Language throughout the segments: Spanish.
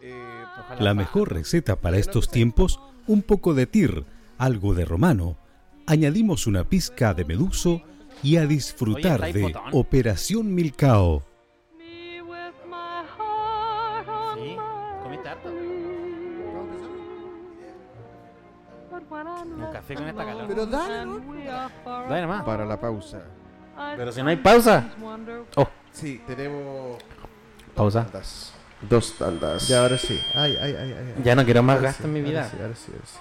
Eh, La mejor receta para estos tiempos, un poco de tir, algo de romano, añadimos una pizca de meduso y a disfrutar de Operación Milcao. Sí, comiste harto. Un café con esta calor. Pero dale, ¿no? Dale nomás. Para la pausa. Pero si no hay pausa. Oh, Sí, tenemos pausa. tandas. Dos tandas. Ya, ahora sí. Ay, ay, ay, ay. ay. Ya no quiero más Ahora gasto sí, en mi ahora vida. sí, ahora sí, ahora sí.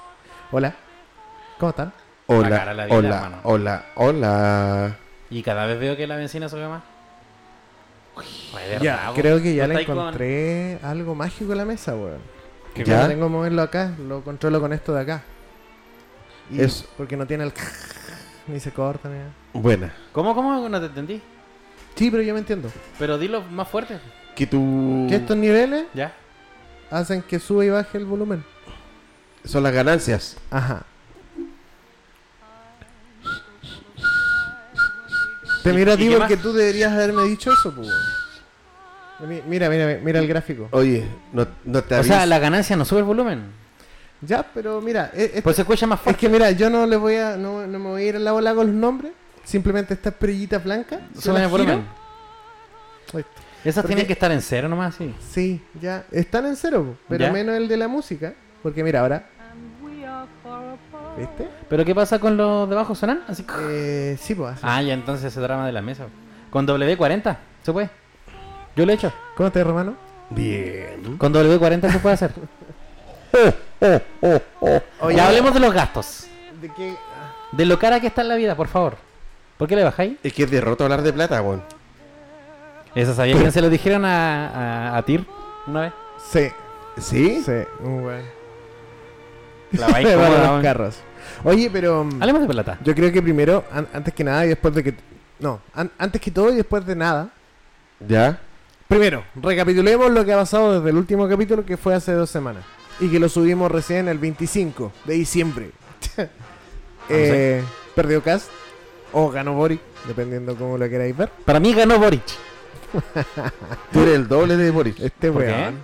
Hola. ¿Cómo están? La cara a la Hola, vida, hermano. hola, hola, hola. Y cada vez veo que la benzina sube más. Ya, creo que ya No le estáis con- encontré algo mágico a la mesa, weón. ¿Qué ya cosa? tengo que moverlo acá, lo controlo con esto de acá. Y Es- porque no tiene el ni se corta ni nada. Buena. ¿Cómo, cómo? No te entendí. Sí, pero yo me entiendo. Pero dilo más fuerte. Que tú... Uh. Que estos niveles Ya. hacen que sube y baje el volumen. Son las ganancias. Ajá. Te miro a ¿Y ti qué más? porque tú deberías haberme dicho eso, pues. Mira, mira, mira, mira el Oh. gráfico. Oye, no, no te O sea, aviso. la ganancia no sube el volumen. Ya, pero mira, e- esto- Pues se escucha más Es fuerte. que mira, yo no le voy a. No, no me voy a ir a la bola con los nombres. Simplemente estas perillitas blancas. yo Suben las el giro. volumen. Ahí está. Esas Porque- tienen que estar en cero nomás, sí. Sí, ya. Están en cero, po, pero Ya. menos el de la música. Porque mira, ahora. ¿Viste? ¿Pero qué pasa con los de abajo? ¿Sonan? Así. Eh, sí, pues. así. Ah, ya entonces ese drama de la mesa. Con W40 se puede. Yo lo he hecho. ¿Cómo te Romano? ¿Mm? Bien. Con W40 se puede hacer. Oye, ya hablemos de los gastos. ¿De qué? De lo cara que está en la vida, por favor. ¿Por qué le bajáis? Es que es derroto hablar de plata, weón. Eso sabía quién se lo dijeron a, a, a Tyr una vez. Sí, ¿Sí? sí, un weón. La va Para los incómoda, weón. carros. Oye, pero. mm, Hablemos de plata. Yo creo que primero, an- antes que nada y después de que. No, an- antes que todo y después de nada. ¿Ya? Primero, recapitulemos lo que ha pasado desde el último capítulo que fue hace dos semanas y que lo subimos recién el 25 de diciembre. Eh, perdió Cast o ganó Boric, dependiendo cómo lo queráis ver. Para mí ganó Boric. Tú eres el doble de Boris. Este ¿Por qué? weón.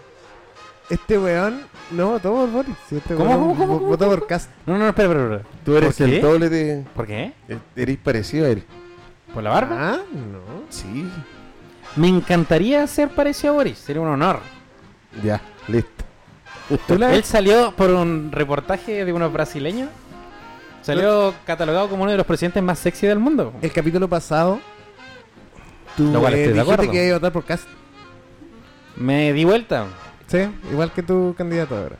Este weón no votó por Boric. si este ¿Cómo, weón cómo, cómo, vo- cómo, votó cómo? por Cast. No, no, no, espera, espera, espera. Tú eres ¿Por qué? el doble de... ¿Por qué? e- Eres parecido a él. ¿Por la barba? Ah, no. Sí. Ah. Me encantaría ser parecido a Boric. Sería un honor. Ya, listo. ¿Tú la Él salió por un reportaje de unos brasileños. Salió catalogado como uno de los presidentes más sexy del mundo. El capítulo pasado, tú Lo cual eh, estoy de dijiste acuerdo. que iba a votar por Cast. Me di vuelta. Sí, igual que tu candidato ahora.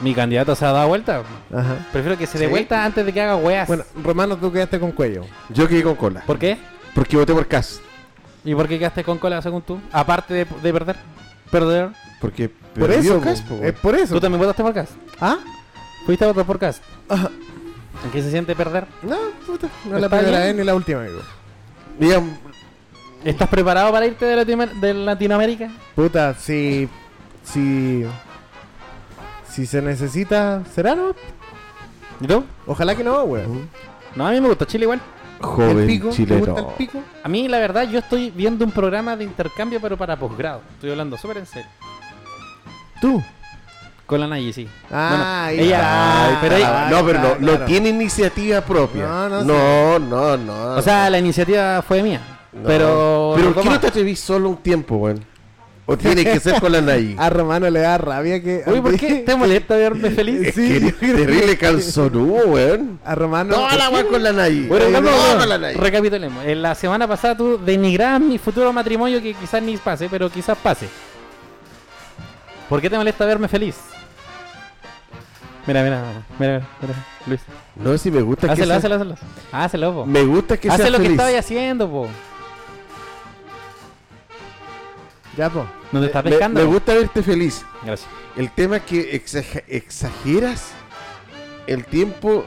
Mi candidato se ha dado vuelta. Ajá. Prefiero que se dé Sí. vuelta antes de que haga weas. Bueno, Romano, tú quedaste con cuello. Yo quedé con cola. ¿Por qué? Porque voté por Cas. ¿Y por qué quedaste con cola según tú? Aparte de, de perder. Perder. Porque Por perdió eso, Kast, po, po, weón. es por eso. ¿Tú también votaste por Cast? ¿Ah? ¿Fuiste a votar por Cast? ¿En qué se siente perder? No, puta, no es la ¿Está primera bien? vez ni la última, amigo. Mira, ¿Estás preparado para irte de, Latinoamer- de Latinoamérica? Puta, si. Si. Si se necesita, será, ¿no? ¿Y tú? Ojalá que no, weón. No, a mí me gusta Chile igual. ¿El joven pico? ¿Te chileno. gusta el pico? A mí, la verdad, yo estoy viendo un programa de intercambio, pero para posgrado. Estoy hablando súper en serio. ¿Tú? Con la Nayi, sí. Ah, ahí ella. está. pero ella- Ah, no, pero no, no Claro. tiene iniciativa propia. No, No, no no, sé. no, no, no. o sea, la iniciativa fue mía. No. Pero. Pero no ¿por qué como- no te atrevís solo un tiempo, weón? O tiene que ser con la Nayi. Ah, A Romano le da rabia que. Uy, ¿por qué te molesta verme feliz? Es que eres terrible calzonudo, weón. A Romano. No, la weón con la Nayi. Bueno, no, vamos, no, vamos. con la Nayi. Recapitulemos. En la semana pasada tú denigrabas mi futuro matrimonio que quizás ni pase, pero quizás pase. ¿Por qué te molesta verme feliz? Mira, mira, mira, mira, mira, Luis. No, si me gusta que Hácelo, sea... hácelo, hácelo. Hácelo, po. Me gusta que Haz sea lo que feliz. estabas haciendo, po. Ya, po. No te estás Eh, me, pescando. me gusta verte feliz. Gracias. El tema es que exaja- exageras el tiempo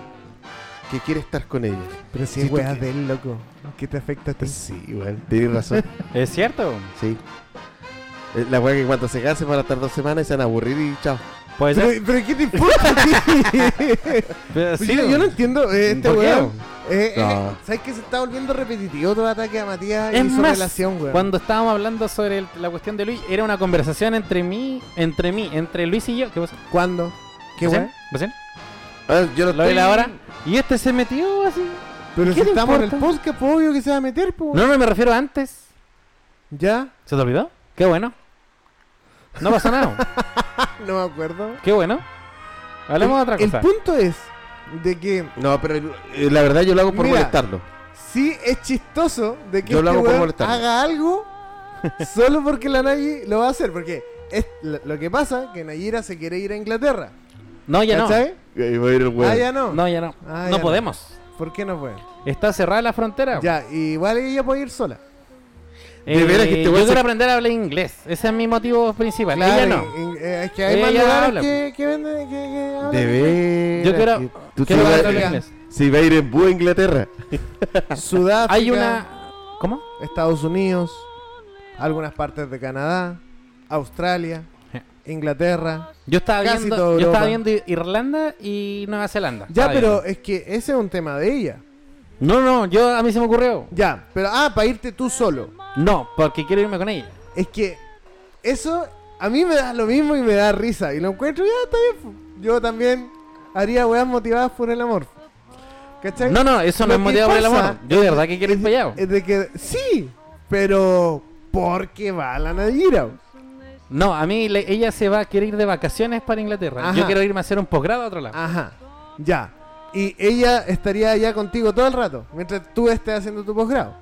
que quiere estar con ella. Pero si Sí, es tú weá qué- de él, loco. ¿Qué te afecta a ti? Pues Sí, weón, tenés razón. Es cierto. Sí. Eh, La weá que cuando se case van a estar dos semanas y se van a aburrir y chao. Puede ser. Pero, pero ¿qué te importa a ti? Pero Pues sí, yo, po. yo no entiendo eh, este ¿Por qué? weón. Eh, eh, No. ¿Sabes que se está volviendo repetitivo todo el ataque a Matías Es y su más, relación, weón? Cuando estábamos hablando sobre el- la cuestión de Luis, era una conversación entre mí, entre mí, entre Luis y yo. ¿Qué pasa? ¿Cuándo? ¿Qué ¿Recién? weón? ¿Recién? Ah, yo no Lo de estoy- la hora. Y este se metió así. Pero ¿Qué si le estamos en el importa? podcast, pues, obvio que se va a meter, pues. No, no me refiero a antes. ¿Ya? ¿Se te olvidó? Qué bueno. No pasa nada. No me acuerdo. Qué bueno. Hablemos de otra El cosa. punto es de que No, pero eh, la verdad yo lo hago por Mira. molestarlo. sí es chistoso de que Yo lo este hago por weón molestarlo. haga algo solo porque la Nayi lo va a hacer. Porque es lo lo que pasa que Nayira se quiere ir a Inglaterra. No, ya no. ¿Cachai? Y ahí va a ir el weón. Ah, ya no. No, ya no. Ah, no ya podemos. ¿Por qué no puede? Está cerrada la frontera. Ya, igual ella puede ir sola. Eh, De veras que este yo weón quiero se- aprender a hablar inglés. Ese es mi motivo principal. Ella no. y- y- eh, es que hay Ella más lugares habla, que, que venden. Que, que hablan. De veras. Yo quiero- que tú te Quiero vas- aprender a hablar inglés. Si va a ir en búho a Inglaterra. Sudáfrica, Hay una. ¿Cómo? Estados Unidos, algunas partes de Canadá, Australia, Inglaterra. Yo estaba Casi viendo, toda yo estaba Europa. viendo Irlanda y Nueva Zelanda. Ya, Estaba pero viendo. es que ese es un tema de ella. No, no, yo a mí se me ocurrió. Ya, pero ah, para irte tú solo. No, porque quiero irme con ella. Es que eso a mí me da lo mismo y me da risa. Y lo encuentro, ya está bien. fu. Yo también haría weas motivadas por el amor. ¿Cachai? No, no, eso Lo no es que motivo por el pasa amor. Yo de verdad que quiero ir para allá. Es de que sí, pero porque va la Nadira. No, a mí le- ella se va, quiere ir de vacaciones para Inglaterra. Ajá. Ah, Yo quiero irme a hacer un posgrado a otro lado. Ajá, ya. Y ella estaría allá contigo todo el rato, mientras tú estés haciendo tu posgrado.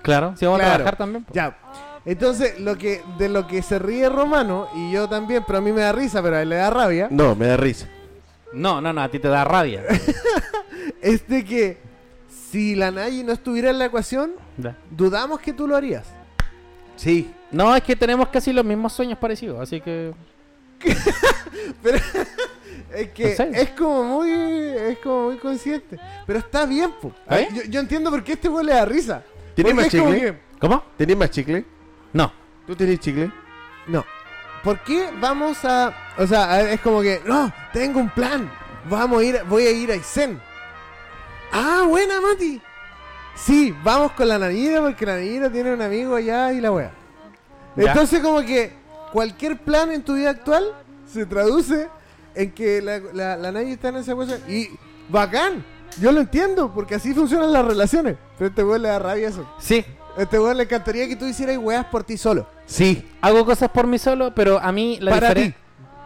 Claro, si vamos a Claro. trabajar también. po. Ya. Entonces, lo que de lo que se ríe Romano, y yo también, pero a mí me da risa, pero a él le da ¿Ah? rabia, No, me da risa. No, no, no, a ti te da rabia. es de que si la Nayi no estuviera en la ecuación, Ya. dudamos que tú lo harías. Sí. no, es que tenemos casi los mismos sueños parecidos, así que Es que ¿En serio? es como muy es como muy consciente. Pero está bien, po. ¿Está bien? Yo, yo entiendo por qué este weón le da risa. ¿Tiene Porque más es como chicle? que- ¿Cómo? ¿Tenés más chicle? No. ¿Tú tenés chicle? No. ¿Por qué vamos a.? O sea, a- es como que. No, tengo un plan. Vamos a ir, voy a ir a Isen. Ah, buena, Mati. Sí, vamos con la Nanira porque la Nanira tiene un amigo allá y la wea. Ya. Entonces, como que cualquier plan en tu vida actual se traduce en que la, la, la Nani está en esa cosa. Y bacán. Yo lo entiendo porque así funcionan las relaciones. Pero a este weón le da rabia eso. Sí, A este weón le encantaría que tú hicieras weas por ti solo. Sí. hago cosas por mí solo, pero a mí la para ti. diferen-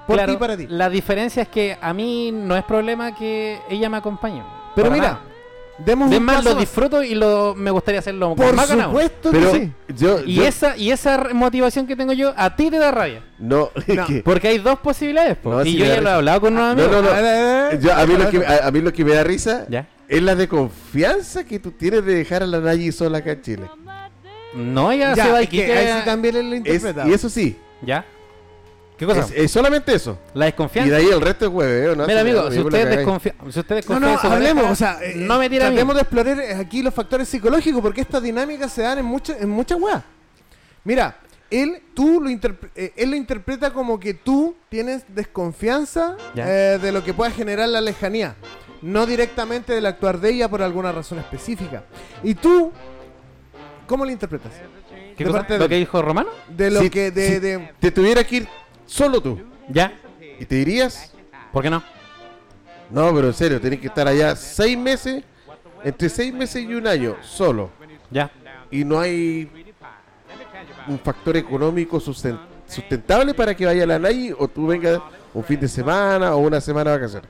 Por Claro, ti, para ti. La diferencia es que a mí no es problema que ella me acompañe. Pero Para mira, nada. demos de un más paso lo más. disfruto y lo me gustaría hacerlo con Por más ganado. supuesto Pero que sí. yo, Y yo- esa y esa re- motivación que tengo yo a ti te da rabia, no, es No. que- porque hay dos posibilidades, po. No, y sí yo me da ya lo he risa. hablado con unos no, amigos. no, no. A ver, a ver, Yo- a, mí a lo ver. que, a, a mí lo que me da risa Ya. es la desconfianza que tú tienes de dejar a la Nayi sola acá en Chile. No, ella Ya, se va es y que ahí sí también él lo Es- interpreta. y eso sí, ¿Ya? ¿Qué cosa? es, es solamente eso. Y de la desconfianza. ahí el resto es hueveo. ¿no? Mira, Si no, amigo, si amigo, la ustedes cagáis. desconfían, si ustedes no, confían no, en su pareja, hablemos, o sea, eh, no me tiran a mí. tratemos de explorar eh, aquí los factores psicológicos porque estas dinámicas se dan en muchas en muchas weas. Mira, él tú lo interpre- eh, él lo interpreta como que tú tienes desconfianza Ya. eh, de lo que pueda generar la lejanía, no directamente del actuar de ella por alguna razón específica. ¿Y tú cómo lo interpretas? ¿Qué de cosa? parte de- ¿Lo que dijo Romano? De lo Si- que de- si de te tuviera que ir solo tú ¿Ya? y te dirías, ¿Por qué no? no, pero en serio, tenés que estar allá seis meses, entre seis meses y un año solo. ¿Ya? y no hay un factor económico susten- sustentable para que vaya la NAI o tú vengas un fin de semana o una semana de vacaciones.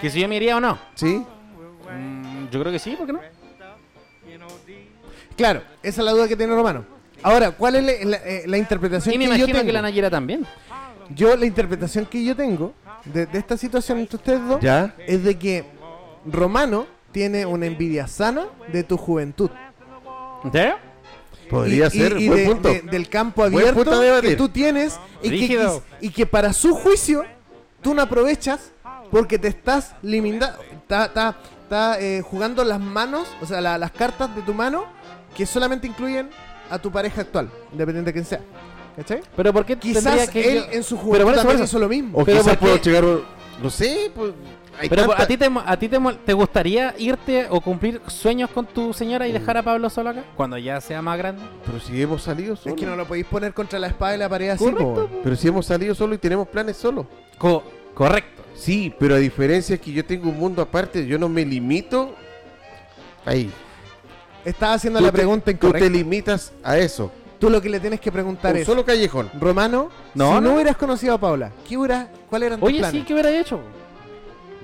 ¿Que si yo me iría o no? ¿Sí? Mm, yo creo que sí, ¿por qué no? Claro, esa es la duda que tiene Romano. Ahora, ¿cuál es la, la- eh, la interpretación Y me que yo imagino tengo? que la Nayera también. Yo la interpretación que yo tengo de, de esta situación entre ustedes dos ¿Ya? es de que Romano tiene una envidia sana de tu juventud. ¿En serio? Podría Y- y- ser, y buen de- punto. de- del campo Buen punto a abierto que debatir. tú tienes y que, Rígido. quis- y que para su juicio tú no aprovechas porque te estás limitando, está, está- está, eh, jugando las manos, o sea, la- las cartas de tu mano que solamente incluyen a tu pareja actual, independiente de quién sea. ¿Cachai? Pero ¿por qué tendría Quizás que él yo- en su juventud Pero por eso, por también eso. hizo lo mismo. o pero quizás porque- puedo llegar un- No sé, pues. hay Pero tanta- ¿a ti, te, mo- a ti te, mol- te gustaría irte o cumplir sueños con tu señora y Mm. dejar a Pablo solo acá? Cuando ya sea más grande. Pero si hemos salido Es solo. que no lo podéis poner contra la espada y la pared así, po, Correcto, weón. pero si hemos salido solo y tenemos planes solo. Co- correcto. Sí, pero a diferencia es que yo tengo un mundo aparte, yo no me limito ahí. Estás haciendo Tú la te- pregunta Tú te incorrecta. limitas a eso. Tú lo que le tienes que preguntar Un es, solo callejón. Romano, No, si no, no. hubieras conocido a Paula, ¿qué hubiera, ¿cuál eran tus Oye, planes? sí, ¿qué hubiera hecho?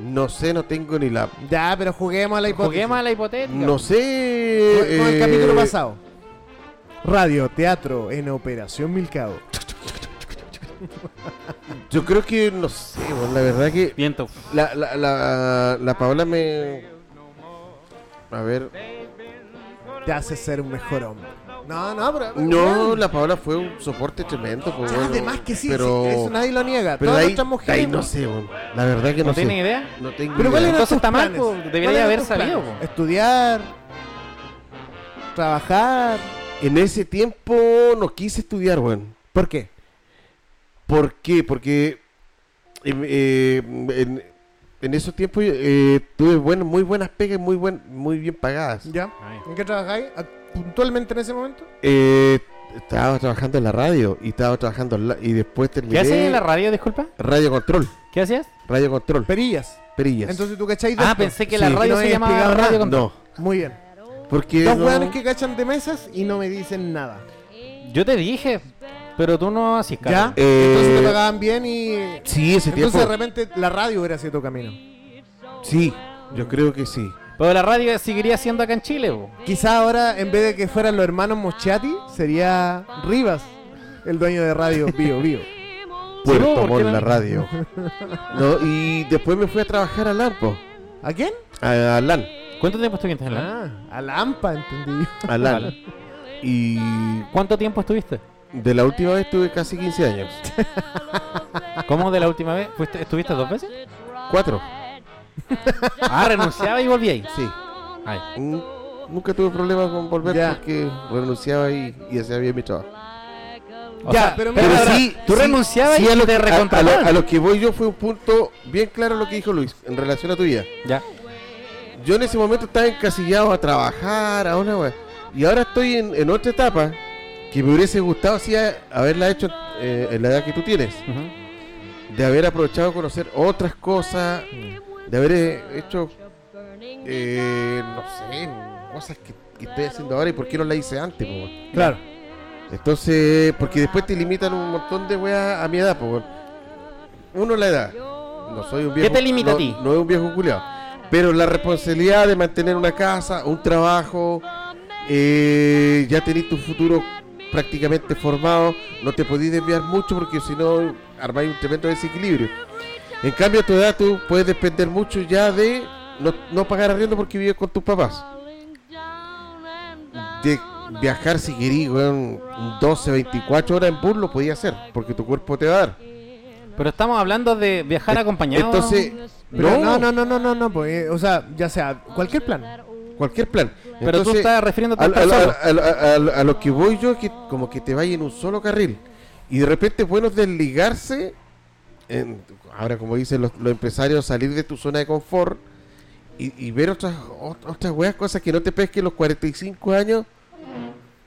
No sé, no tengo ni la. Ya, pero juguemos a la hipótesis. Juguemos a la hipotética. No sé. Con- con el eh, capítulo pasado. Radio, teatro, en Operación Milcao. Yo creo que no sé, bueno, la verdad que Viento. la, la, la, la Paola me. A ver. Te hace ser un mejor hombre. No, no, pero... No, la Paola fue un soporte tremendo. pues, Ah, bueno, Además que sí, pero, sí, eso nadie lo niega. pero de Todas ahí, nuestras mujeres, de ahí no weón. sé, bueno, la verdad que no, ¿No sé. tienen idea? No tengo idea. Pero ¿cuál era Entonces tus está mal, planes? po. Debería ¿Cuáles eran haber pues. tus sabido, planes? po. Estudiar, trabajar. En ese tiempo no quise estudiar, weón. ¿Por qué? ¿Por qué? Porque em, eh, en, en esos tiempos eh, tuve buen- muy buenas pegas y muy, buen, muy bien pagadas. ¿Ya? Ay. ¿En qué trabajáis? ¿A- ¿Puntualmente en ese momento? Eh, estaba trabajando en la radio y estaba trabajando en la- y después terminé ¿Qué haces en la radio, disculpa? radio control, ¿Qué hacías? radio control, Perillas. perillas. Entonces tú cacháis de Ah, esto? pensé que la Sí. radio No se había llamaba explicado radio. nada. con- no, Muy bien. porque Dos no- hueones que cachan de mesas y no me dicen nada. Yo te dije, pero tú no hacías ¿Ya? caso. Eh, Entonces te pagaban bien y. sí ese Entonces de tiempo repente la radio hubiera sido tu camino. sí, yo creo que sí. Pero la radio seguiría siendo acá en Chile, po. Quizá ahora, en vez de que fueran los hermanos Moschati, sería Rivas, el dueño de radio Bio Bio. no, Puerto ¿por Montt, qué no? la radio. No, y después me fui a trabajar al ARPO, ¿A quién? a, a LAN, ¿Cuánto tiempo estuviste en la Ah, a Lampa, entendí. a LAN. Y ¿Cuánto tiempo estuviste? de la última vez tuve casi 15 años. ¿Cómo de la última vez? ¿Fuiste- ¿Estuviste dos veces? Cuatro, Ah, renunciaba y volví ahí. sí. Ay. Mm, Nunca tuve problemas con volver Ya. porque renunciaba y, y hacía bien mi trabajo. O Ya, sea, pero mira, pero ahora, sí, tú renunciabas sí, y a lo, que- te a- a, lo, recontrataban. a lo que voy yo fue un punto bien claro lo que dijo Luis en relación a tu vida. Ya. Yo en ese momento estaba encasillado a trabajar, a una wea, Y ahora estoy en, en otra etapa que me hubiese gustado sí, a- haberla hecho eh, en la edad que tú tienes. Ujú. De haber aprovechado conocer otras cosas, de haber eh, hecho, eh, no sé, cosas que, que estoy haciendo ahora y por qué no la hice antes. po, weón. Claro. Entonces, porque después te limitan un montón de weas a mi edad, pues. Uno la edad. No soy un viejo. te limita no, a ti? No es un viejo culiado. Pero la responsabilidad de mantener una casa, un trabajo, eh, ya tenés tu futuro prácticamente formado, no te podés desviar mucho porque si no armáis un tremendo desequilibrio. En cambio, a tu edad tú puedes depender mucho ya de no, no pagar arriendo porque vives con tus papás de viajar si querís, weón, 12, 24 horas en bus lo podías hacer, porque tu cuerpo te va a dar. Pero estamos hablando de viajar acompañado. Eh, Entonces, Pero no, no, no, no, no, no, no, pues, eh, o sea, ya sea cualquier plan. cualquier plan. Pero tú Entonces, estás refiriéndote a, a, estar a- solo. a- a- a- a- a lo que voy yo es que como que te vaya en un solo carril. Y de repente es bueno desligarse, en- ahora como dicen los, los empresarios, salir de tu zona de confort y, y ver otras, ot- otras weas, cosas que no te pesquen los 45 años.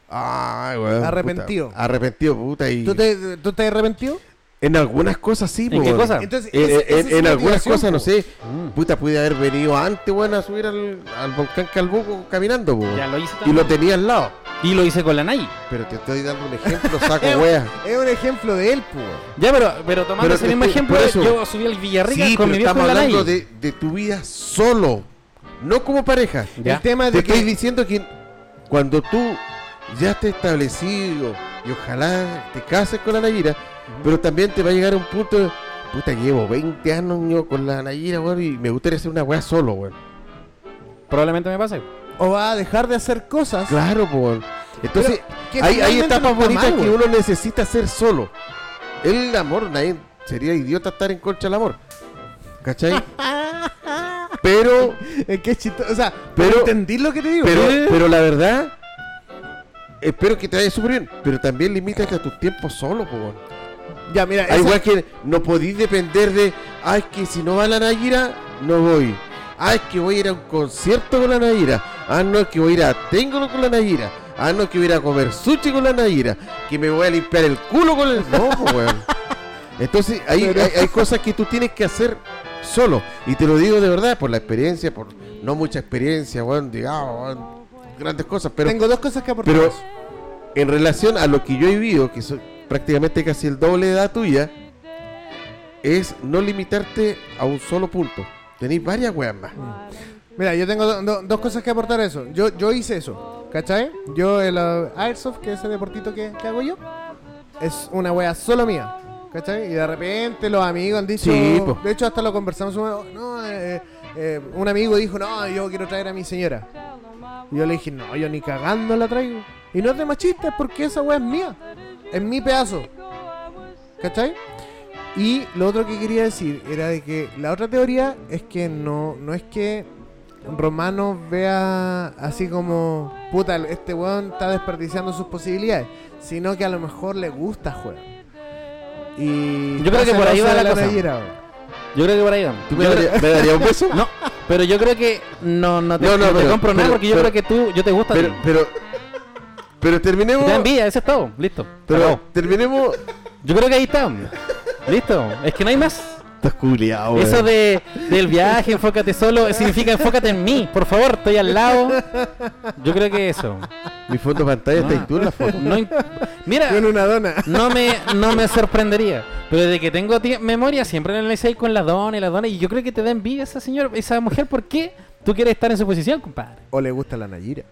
Ay, weón, puta. Arrepentido. arrepentido, puta. Y... ¿Tú te, tú te has arrepentido? En algunas cosas sí, ¿En qué weón. cosa? Mm. Entonces, En, ese- esa en- es su en algunas motivación, cosas, no po. sé. Puta, pude haber venido antes, weón, a subir al, al volcán Calbuco caminando, weón. Ya lo hice Y lo también. tenía al lado. Y lo hice con la Nay. Pero te estoy dando un ejemplo, saco wea. Es un ejemplo de él, pues. Ya, pero, pero tomando Pero ese te mismo estoy- ejemplo, por eso- yo subí al Villarrica Sí, con pero mi viejo estamos en la Nay. hablando de, de tu vida solo, no como pareja. Ya. El tema Te de estoy que diciendo que cuando tú ya estés establecido y ojalá te cases con la Nayira, pero también te va a llegar un punto de, puta, llevo 20 años ño, con la Nayira, weón, y me gustaría hacer una weá solo, weón. Probablemente me pase. o va a dejar de hacer cosas. Claro, po, weón. Entonces, que hay, hay finalmente etapas no está bonitas mal, que weón. uno necesita hacer solo. El amor, nadie sería idiota estar en contra del amor. ¿Cachai? pero, Es que es chistoso. O sea, Pero- pero, ¿entendí lo que te digo? pero, ¿Eh? pero la verdad, espero que te vaya súper bien. Pero también limítate a tus tiempos solo, po, weón. Ya, mira, Al esa- igual que no podís depender de, ay, que si no va la Nayira, no voy. Ay, que voy a ir a un concierto con la Nayira. Ah, no, que voy a ir a Téngolo con la Nayira. Ah, no, que voy a ir a comer sushi con la Nayira. Que me voy a limpiar el culo con el... No, po, weón. Entonces, hay, Pero- hay, hay cosas que tú tienes que hacer solo. Y te lo digo de verdad, por la experiencia, por no mucha experiencia, weón, digamos, weón, grandes cosas. Pero tengo dos cosas que aportar. pero en relación a lo que yo he vivido, que soy prácticamente casi el doble de edad tuya, es no limitarte a un solo punto. Tenéis varias weas más. Mm. Mira, yo tengo do- do- dos cosas que aportar a eso. Yo, yo hice eso, ¿cachai? Yo, el ah, Airsoft, que es el deportito que, que hago yo, es una wea solo mía, ¿cachai? Y de repente los amigos han dicho. Sí, po. de hecho, hasta lo conversamos. una- No, eh, eh, un amigo dijo, no, yo quiero traer a mi señora. Y yo le dije, no, yo ni cagando la traigo. Y no es de machista, es porque esa wea es mía. Es mi pedazo. ¿Cachai? Y lo otro que quería decir era de que la otra teoría es que no, no es que Romano vea así como, puta, este weón está desperdiciando sus posibilidades, sino que a lo mejor le gusta jugar. Y Yo creo que por ahí va la cosa. cosa. Yo creo que por ahí vamos. ¿Tú me, Yo creo- daría- me darías un beso? No, pero yo creo que no, no te, No, no, no te pero- compro nada pero- porque yo pero- creo que tú, yo te gusta. a ti. Pero, pero, pero terminemos. te da envidia, eso es todo. Listo. Pero Acabó. terminemos. Yo creo que ahí está. Listo. Es que no hay más. Estás culiado, Eso de, del viaje, enfócate solo, significa enfócate en mí. Por favor, estoy al lado. Yo creo que eso. Mi fondo de pantalla No. está ahí tú en la foto. No imp- Mira, Yo en una dona. no me, no me sorprendería. Pero desde que tengo tie- memoria, siempre en el ahí con la dona y la dona. Y yo creo que te da envidia esa señora, esa mujer. ¿Por qué tú quieres estar en su posición, compadre? O le gusta la Nayira.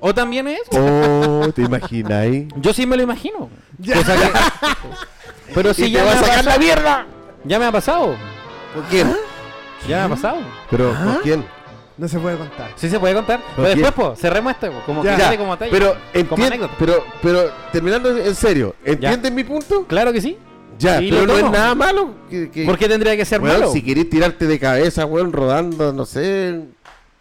O también es. Oh, ¿te imagináis? Yo sí me lo imagino. Pues, Ya. Cosa que- Pero sí, Y ya te me, va ha a sacar pasado, la mierda. ya me ha pasado. ¿Por quién? ¿Ah? Ya me ha pasado. Pero, ¿Ah? ¿por quién? No se puede contar. Sí se puede contar. Pero Ok. después, po, cerremos esto. po, Como Ya. que sale como talla. Pero, como entiendo, anécdota. pero, pero, terminando en serio, ¿entiendes mi punto? Claro que sí. Ya, Sí, pero lo no es tomo. nada malo. Que, que- ¿Por qué tendría que ser Weón, malo? si querés tirarte de cabeza, weón, rodando, no sé,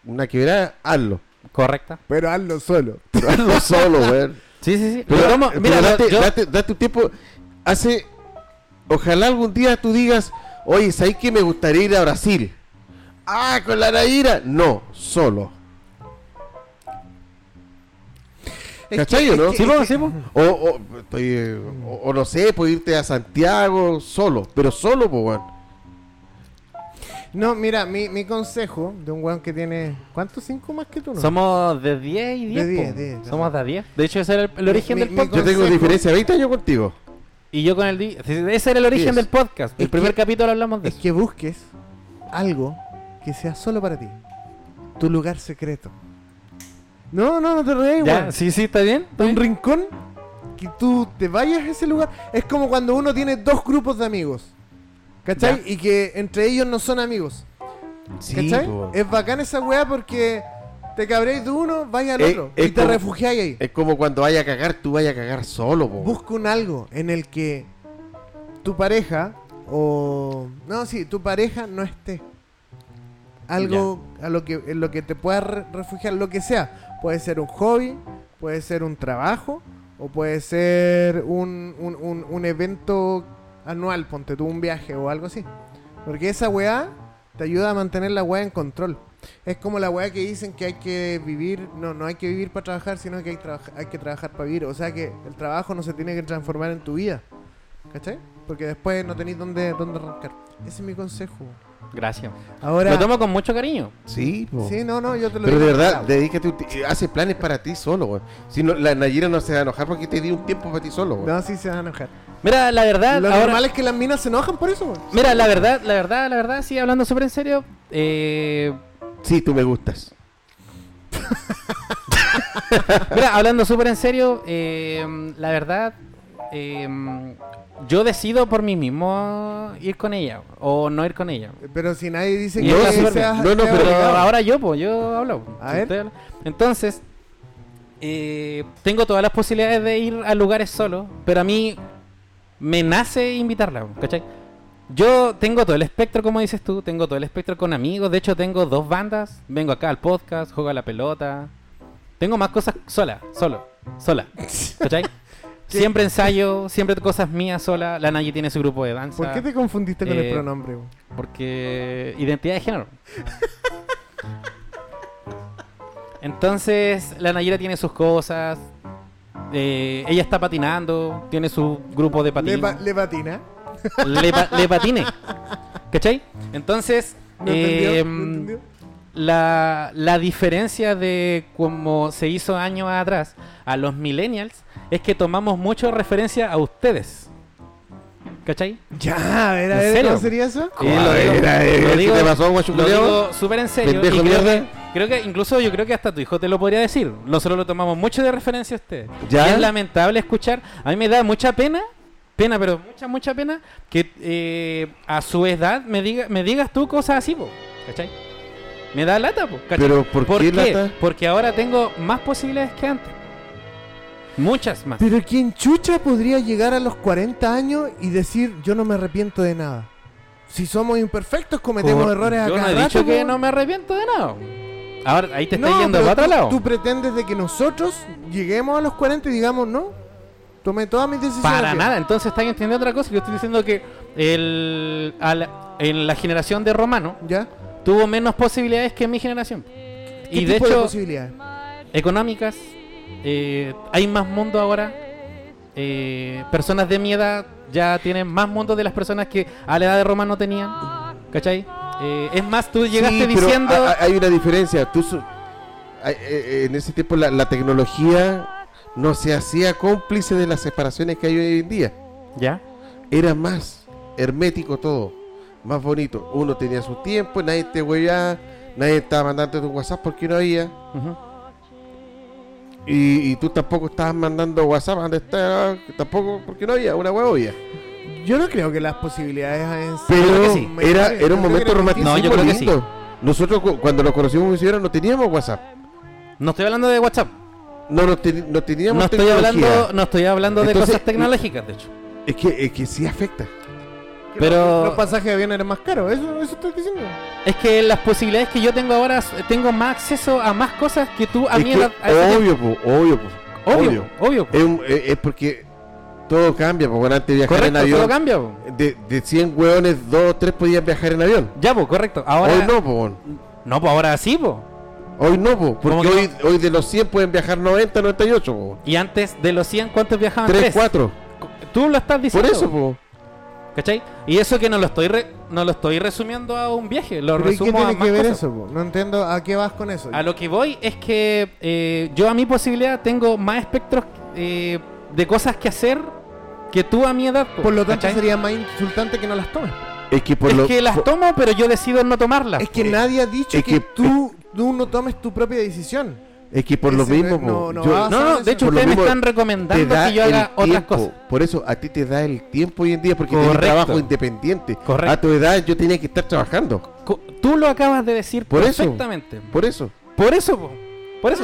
una quebrada, hazlo. Correcta. Pero hazlo solo. Pero hazlo solo, weón. Sí, sí, sí. Pero, Lo tomo- pero mira, lo- date, yo- date- date un tiempo. Hace. Ojalá algún día tú digas, oye, ¿sabes que me gustaría ir a Brasil? Ah, con la Naira. No, solo. ¿Cachai o no? Sí, po, sí, po. O, o, estoy, eh, o- o no sé, puedes irte a Santiago solo, pero solo, pues, weón. No, mira, mi, mi consejo de un weón que tiene. ¿Cuántos? ¿Cinco más que tú? No? Somos de 10 y 10. De po. 10, 10, Somos de 10. De hecho, ese era el, el Mi- origen mi- del mi podcast. Yo tengo Consejo. diferencia de 20 años contigo. Y yo con el. di- Ese era el Diez. origen del podcast. El Es primer que- capítulo hablamos de es eso. que busques algo que sea solo para ti. Tu lugar secreto. No, no, no te reí, ¿Ya? Sí, sí, está bien. ¿Está Un bien? rincón que tú te vayas a ese lugar. Es como cuando uno tiene dos grupos de amigos. ¿Cachai? Y que entre ellos no son amigos. ¿Cachai? po. es bacán esa weá porque te cabréis de uno, vais al Eh, otro. es y te como- refugiáis ahí. Es como cuando vaya a cagar, tú vayas a cagar solo, po. Busca un algo en el que tu pareja o no, sí, tu pareja no esté. Algo a lo que en lo que te puedas re- refugiar, lo que sea. Puede ser un hobby, puede ser un trabajo o puede ser un, un- un- un evento anual, ponte tú un viaje o algo así. Porque esa weá te ayuda a mantener la weá en control. Es como la weá que dicen que hay que vivir, no, no hay que vivir para trabajar, sino que hay, trabaja- hay que trabajar para vivir. O sea que el trabajo no se tiene que transformar en tu vida. ¿Cachai? Porque después no tenéis dónde, dónde arrancar. Ese es mi consejo. Gracias. Ahora... Lo tomo con mucho cariño. Sí, po. Sí, no, no, yo te lo Pero de digo. verdad, dedícate un ti- eh, hace planes para ti solo, weón. Si no, la Nayira no se va a enojar porque te di un tiempo para ti solo, weón. No, sí se van a enojar. Mira, la verdad. Lo ahora... normal es que las minas se enojan por eso. güey. Mira, la verdad, la verdad, la verdad, sí, hablando súper en serio, eh, Sí, tú me gustas. mira, hablando súper en serio, eh, la verdad, eh, yo decido por mí mismo ir con ella o no ir con ella. Pero si nadie dice Y que está súper sea- bien. No, no, sea pero Pero obligado. ahora yo, pues, yo hablo. po. A Si ver. usted habla. Entonces, eh, tengo todas las posibilidades de ir a lugares solo, pero a mí me nace invitarla, po, ¿cachai? Yo tengo todo el espectro, como dices tú, tengo todo el espectro con amigos, de hecho tengo dos bandas, vengo acá al podcast, juego a la pelota, tengo más cosas sola, solo, sola, ¿cachai? Siempre ensayo, siempre cosas mías sola. La Nayi tiene su grupo de danza. ¿Por qué te confundiste con eh, el pronombre? weón? Porque. Identidad de género. Entonces, la Nayira tiene sus cosas. eh, ella está patinando. Tiene su grupo de patines. ¿Le, pa- le patina? Le, pa- le patine. ¿Cachai? Entonces. ¿No entendió? em, ¿No entendió? la, la diferencia de como se hizo años atrás a los millennials es que tomamos mucho referencia a ustedes. ¿Cachai? Ya, a ver, a ¿En ver, serio? ¿cómo sería eso? Y lo A digo- ver, a ver, eh, lo eh, ¿qué digo- te pasó, guacho Lo culiao? digo súper en serio. y Pendejo creo, mierda. creo que incluso yo creo que hasta tu hijo te lo podría decir. Nosotros lo tomamos mucho de referencia a ustedes. ¿Ya? Y es lamentable escuchar. A mí me da mucha pena, pena, pero mucha, mucha pena que eh, a su edad me, diga, me digas tú cosas así, po, ¿cachai? Me da lata, po, ¿cachai? Pero ¿por, ¿Por qué, qué? lata? Porque ahora tengo más posibilidades que antes. Muchas más. Pero ¿quién chucha podría llegar a los 40 años y decir yo no me arrepiento de nada? Si somos imperfectos cometemos Cor- errores a Yo no cada he rato, dicho que weón. no me arrepiento de nada. Ahora, ahí te estás No, yendo pero para otro tú- lado. Tú pretendes de que nosotros lleguemos a los 40 y digamos no. Tomé todas mis decisiones. Para bien. nada, entonces están entendiendo otra cosa. Yo estoy diciendo que el, al- en la generación de Romano ¿Ya? tuvo menos posibilidades que mi generación. Eh, ¿Qué Y de tipo de hecho, posibilidades? económicas, eh, hay más mundo ahora. eh, personas de mi edad ya tienen más mundo de las personas que a la edad de Romano tenían. ¿Cachai? Eh, es más, tú llegaste Sí, pero diciendo... a- a- hay una diferencia. Tú su- hay- eh, eh, en ese tiempo la, la tecnología no se hacía cómplice de las separaciones que hay hoy en día. ¿Ya? Era más hermético todo, más bonito. Uno tenía su tiempo, nadie te hueveaba, nadie estaba mandando tu WhatsApp porque no había. Ujú. Y, y tú tampoco estabas mandando WhatsApp, ¿dónde está? tampoco porque no había, una huevovia. Yo no creo que las posibilidades hayan sido Pero que sí. era, mejores. era un momento Yo creo que romántico. No, yo creo que sí. Nosotros cu- cuando nos conocimos en Isidoro no teníamos WhatsApp. No estoy hablando de WhatsApp. No, no, teni- no teníamos No estoy, tecnología. hablando, no estoy hablando de Entonces- cosas tecnológicas, de hecho. Es que, es que sí afecta. sí. pero- Los pasajes de avión eran más caros, eso, eso estoy diciendo. Es que las posibilidades que yo tengo ahora, s- tengo más acceso a más cosas que tú a Es mí que era- a ese obvio, po, obvio, po, tiempo. obvio. obvio, obvio. pues. Es, un- es- es porque todo cambia. po, bueno, antes viajar en correcto, todo avión. cambia. pues. po. De, de 100 hueones, 2 o 3 podían viajar en avión. Ya, pues, correcto. Ahora Hoy no, po, bueno. No, pues ahora sí, pues. Hoy no, po, porque que hoy, hoy de los 100 pueden viajar 90, 98, po. Y antes de los 100, ¿cuántos viajaban? 3, Ah, Tres. 4. Tú lo estás Por diciendo. pues, eso, pues. po. ¿Cachai? Y eso que no lo estoy re- no lo estoy resumiendo a un viaje, lo Pero ¿y qué resumo a tiene más que ver cosas. eso? po? No entiendo a qué vas con eso. A lo que voy es que eh, yo a mi posibilidad tengo más espectros eh, de cosas que hacer que tú a mi edad. po, Por lo tanto ¿cachai? sería más insultante que no las tomes. Es que por es lo que las por- tomo, pero yo decido no tomarlas. Es que nadie ha dicho es que, que- tú, tú no tomes tu propia decisión. es que por lo Ese mismo, no- po, no yo- vas No, no, Eso- de hecho por lo ustedes me mismo, están te recomendando da que yo haga el otras tiempo. cosas. Por eso a ti te da el tiempo hoy en día porque tienes Correcto. trabajo independiente. Correcto. A tu edad yo tenía que estar trabajando. Co- Tú lo acabas de decir Por eso. perfectamente. Por eso, Por eso, po. por eso,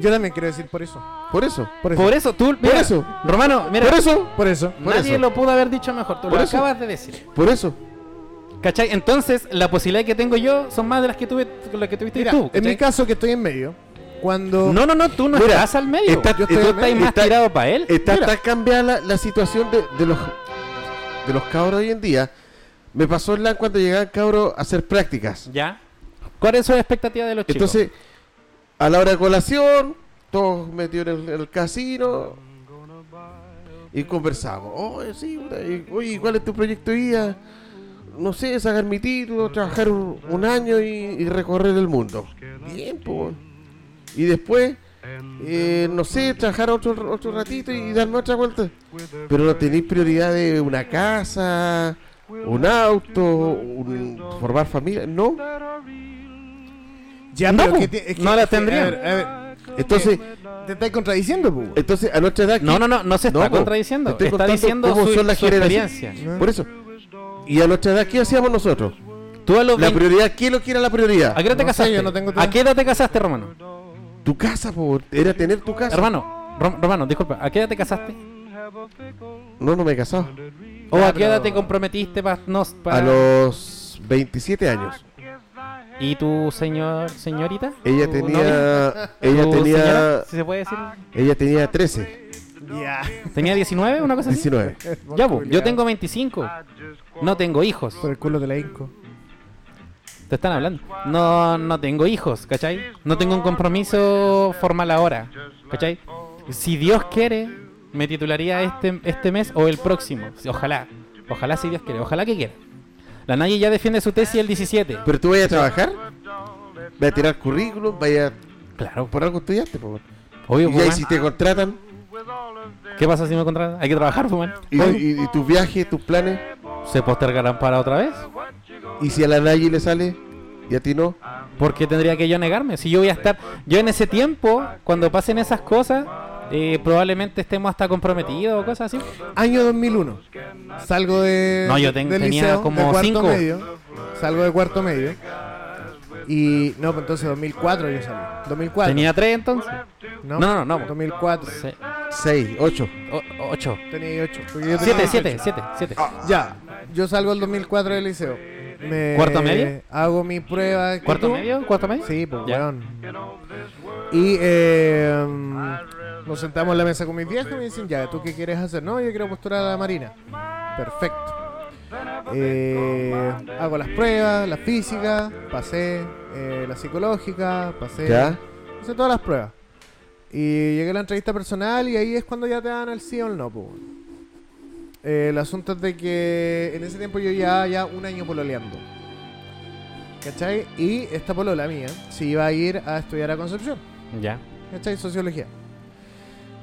Yo también quiero decir por eso. por eso. Por eso. por eso, tú, mira, eso. Romano, mira, Por eso, Por eso. por nadie eso. lo pudo haber dicho mejor, tú Por lo eso. acabas de decir. por eso. ¿Cachai? Entonces, la posibilidad que tengo yo son más de las que tuve, las que tuviste Mira, tú. en ¿cachai? mi caso que estoy en medio, cuando... no, no, no, tú no Mira, estás al medio. está- tú está- estás más está- tirado para él. Está tan cambiada la, la situación de, de los de los cabros hoy en día. Me pasó en LAN cuando llegaban cabros a hacer prácticas. ¿Ya? ¿Cuál es su expectativa de los chicos? Entonces, a la hora de colación, todos metidos en el, en el casino y conversamos. Oye, sí, puta, y- oye, ¿cuál es tu proyecto de vida? No sé, sacar mi título, trabajar un, un año y, y recorrer el mundo. Bien, pues. Y después, eh, no sé, trabajar otro, otro ratito y darme otra vuelta. Pero no tenéis prioridad de una casa, un auto, un- formar familia. No, Ya, No, pero po. que te- es que- No la es que, tendría. A ver, a ver, entonces... te estás contradiciendo, po. eh, Entonces, a nuestra edad. no, no, no, no se está No, po. contradiciendo. Estoy Está contando diciendo cómo su, son las su generaciones. experiencia. Por eso. Y a nuestra edad, ¿qué hacíamos nosotros? Tú a los La 20 prioridad, ¿qué lo que era la prioridad? ¿A qué edad te No sé, casaste? yo no tengo ¿A qué edad te casaste, Romano? Tu casa, por Era tener tu casa. Hermano, Rom- Romano, disculpa, ¿a qué edad te casaste? No, no me he casado. ¿O Ya, a qué edad pero- te comprometiste para no, pa- A los 27 años. ¿Y tu señor, señorita? Ella ¿Tu tenía. novia? Ella ¿Tu tenía. señora? Si se puede decir. Ella tenía 13. Ya. ¿Tenía 19? ¿Una cosa así? 19. Ya, po, yo tengo 25. No tengo hijos. Por el culo de la Inco. Te están hablando. No, no tengo hijos, ¿cachai? No tengo un compromiso formal ahora, ¿cachai? Si Dios quiere, me titularía este, este mes o el próximo. Ojalá. Ojalá si Dios quiere. Ojalá que quiera. La Naye ya defiende su tesis el 17. Pero tú vayas a trabajar, vayas a tirar currículum, vayas Claro, por algo estudiaste, po. obvio, Y po, ahí man. si te contratan, ¿Qué pasa si me contratan? Hay que trabajar, po, man. y, y- y tus viajes, tus planes, ¿Se postergarán para otra vez? y si a la Nayi le sale y a ti no, ¿Por qué tendría que yo negarme? Si yo voy a estar. Yo en ese tiempo, cuando pasen esas cosas, eh, probablemente estemos hasta comprometidos o cosas así. Año 2001. Salgo de. No, yo ten- del tenía liceo, como de cuarto cinco. Medio, salgo de cuarto medio. Y. No, pues entonces 2004 yo salí. 2004. Tenía tres entonces. No, no, no, no, po. 2004. Se- 6, 8. o- ocho. Tenía 8. Porque yo tenía Siete, siete, 18. siete, siete. Ya. Yo salgo el 2004 del liceo. Me- ¿Cuarto medio? Hago mi prueba. de ¿Cuarto actitud. medio? ¿Cuarto medio? Sí, pues, Ya. weón. Y eh, mm, nos sentamos en la mesa con mis viejos y me dicen, ya, ¿tú qué quieres hacer? No, yo quiero postular a la Marina. Perfecto. Eh, hago las pruebas, la física, pasé eh, la psicológica, pasé... ¿Ya? Hice todas las pruebas. Y llegué a la entrevista personal y ahí es cuando ya te dan el sí o el no, pues. Eh, el asunto es de que en ese tiempo yo ya, ya un año pololeando. ¿Cachai? Y esta polola mía se iba a ir a estudiar a Concepción. Ya. ¿Cachai? Sociología.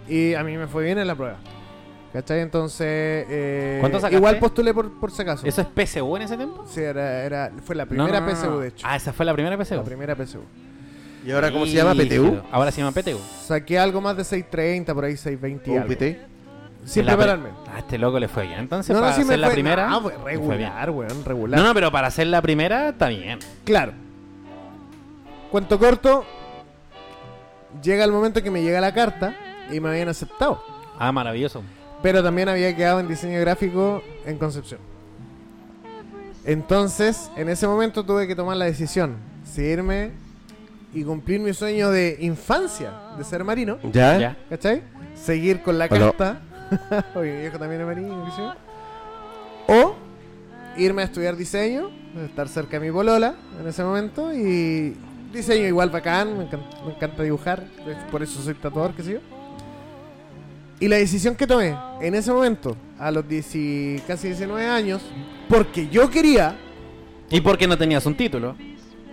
Y a mí me fue bien en la prueba. ¿Cachai? Entonces... eh, ¿Cuánto sacaste? Igual postulé por, por si acaso. ¿Eso es PSU en ese tiempo? Sí, era, era- fue la No, no, primera no, no, no. PSU, de hecho. Ah, esa fue la primera PSU. La primera PSU. ¿Y ahora cómo se llama? Brígido. ¿PTU? Ahora se llama PTU. Saqué algo más de 6.30, por ahí 6.20 y ¿O algo. PT? Sin La pre- prepararme. Ah, a este loco le fue bien. Entonces, No, no, para sí hacer me la fue- primera. Ah, pues, le fue bien. regular, weón, regular. No, no, pero para hacer la primera está bien. Claro. Cuento corto. Llega el momento que me llega la carta y me habían aceptado. Ah, maravilloso. Pero también había quedado en diseño gráfico en Concepción. Entonces, en ese momento tuve que tomar la decisión. Seguirme y cumplir mi sueño de infancia, de ser marino. ¿Ya? Ya. ¿Cachai? Seguir con la Aló. carta. Oye, mi viejo también es marino, qué sé yo. O irme a estudiar diseño, estar cerca de mi bolola en ese momento y diseño igual bacán, me encanta, me encanta dibujar, de hecho, por eso soy tatuador, qué sé yo. Y la decisión que tomé en ese momento, a los 10 casi 19 años, porque yo quería, ¿Y por qué no tenías un título?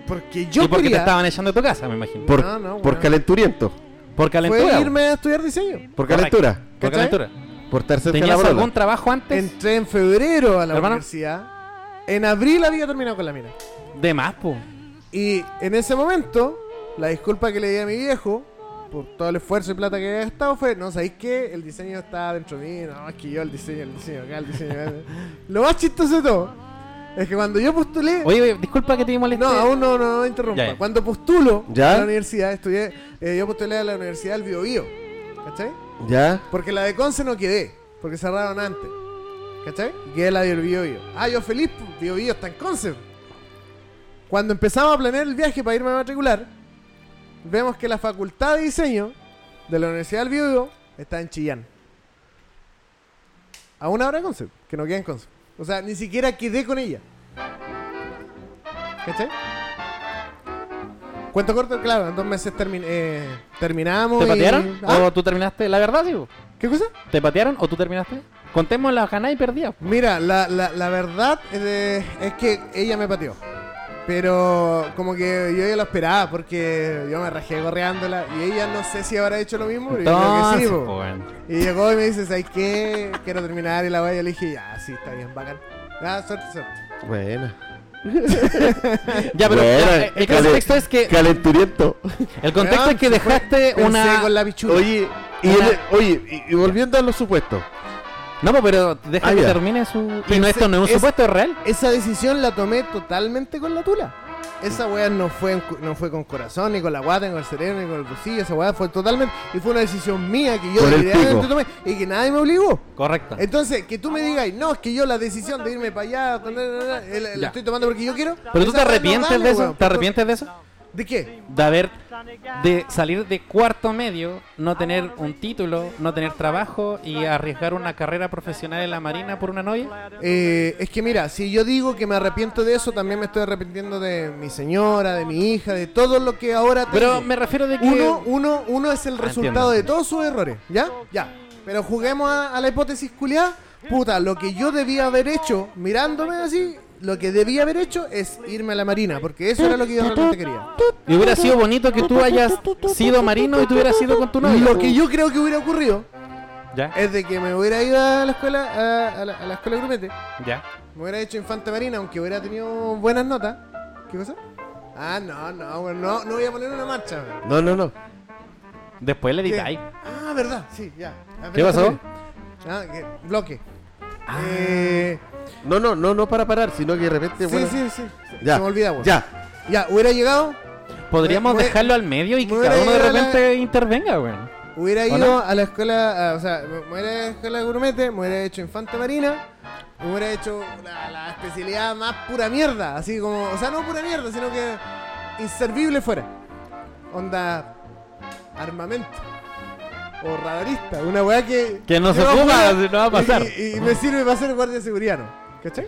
porque yo ¿Y por qué te quería, estaban echando de tu casa, me imagino? Por, No, no, por bueno. calenturiento. Por calentura. fue po. irme a estudiar diseño. Por Correcto. calentura. Por ¿cachai? calentura. Por estar cerca de la ¿Tenías bola. algún trabajo antes? Entré en febrero a la Hermano. universidad, en abril había terminado con la mina. De más, po. Y en ese momento, la disculpa que le di a mi viejo por todo el esfuerzo y plata que había gastado fue, no sabéis qué, el diseño está dentro de mí, no, es que yo el diseño, el diseño acá, el diseño acá. Lo más chistoso de todo es que cuando yo postulé, Oye, oye, disculpa que te moleste. no, aún no, no, no interrumpa. Ya, ya. Cuando postulo ¿Ya? a la universidad, estudié, eh, yo postulé a la Universidad del Biobío, ¿cachai? ¿Ya? Porque la de Conce no quedé, porque cerraron antes. ¿Cachai? Y quedé la del Bio Ah, yo feliz, pues, Bio Bio está en Conce. Cuando empezamos a planear el viaje para irme a matricular, vemos que la facultad de diseño de la Universidad del Bio Bio está en Chillán. A una hora de Conce, que no queda en Conce. O sea, ni siquiera quedé con ella. ¿Cachai? Cuento corto, claro, en dos meses termin- eh, terminamos. ¿Te y- patearon? Ah, ¿O tú terminaste? La verdad, sí, po. ¿Qué cosa? ¿Te patearon o tú terminaste? Contemos la ganada y perdida. po. Mira, la, la, la verdad es, de- es que ella me pateó. Pero como que yo ya lo esperaba porque yo me rajé gorreándola y ella no sé si habrá hecho lo mismo, pero yo creo que sí. Entonces, pues, po. po, bueno. Y llegó y me dice, ¿sabes qué? Quiero terminar y la vaya. Le dije, ya, sí, está bien, bacán. Ah, suerte, suerte. Bueno. Ya, pero Bueno, ya, eh, el cale- contexto es que Calenturiento. el contexto es que Weón, se dejaste Ah, pues, Pensé una con la pichula. Oye, y, Una- el- oye, y- y volviendo a los supuestos. No, po, pero deja Ah, que ya. termine su Y no Pensé- esto no es un es- supuesto es real. Esa decisión la tomé totalmente con la tula. Esa weá no fue, en cu- no fue con corazón, ni con la guata, ni con el cerebro, ni con el bolsillo. Esa weá fue totalmente. Y fue una decisión mía que yo Por el deliberadamente pico. tomé y que nadie me obligó. Correcto. Entonces, que tú me digas, no, es que yo la decisión de irme para allá, con- eh, eh, eh, la Ya. estoy tomando porque yo quiero. Pero tú Esa te weá no arrepientes vale, de eso? weón. ¿Te arrepientes de eso? ¿De qué? de haber de salir de cuarto medio, no tener un título, no tener trabajo y arriesgar una carrera profesional en la marina por una novia. Eh, es que mira, si yo digo que me arrepiento de eso, también me estoy arrepintiendo de mi señora, de mi hija, de todo lo que ahora Pero tengo. me refiero de que uno, uno, uno es el Ah, entiendo. resultado de todos sus errores, ¿ya? Ya. Pero juguemos a, a la hipótesis culiada. Puta, lo que yo debía haber hecho, mirándome así, lo que debía haber hecho es irme a la marina, porque eso era lo que yo realmente quería. y hubiera sido bonito que tú hayas sido marino y tú hubieras sido con tu novia. Lo que yo creo que hubiera ocurrido Eh, ya, es de que me hubiera ido a la escuela, a, a la, a la escuela grupete, ya. me hubiera hecho infante marina, aunque hubiera tenido buenas notas. ¿Qué cosa? Ah, no, no, bueno, no, no voy a poner una marcha. weón. No, no, no. Después le ¿Qué? editáis. Ah, verdad, sí, ya. Ah, ¿Qué espera, pasó? espera. Ah, que- bloque. Eh, No, no, no, no para parar, sino que de repente. sí, bueno, sí, sí. Ya. Se me olvida, weón. Ya. Ya, hubiera llegado, Podríamos Me- me- dejarlo al medio y que me cada uno de hubiera ido a la- repente intervenga, weón. hubiera ¿O ido no? a la escuela, a- o sea, me me hubiera ido a la escuela de gourmete, me hubiera hecho infante marina, me hubiera hecho la, la especialidad más pura mierda, así como, o sea, no pura mierda, sino que inservible fuera. Onda, armamento. O radarista, una weá que... Que no se yo ocupa, fuera si no va a pasar. Y, y me sirve para ser guardia de seguridad, ¿no? ¿cachai?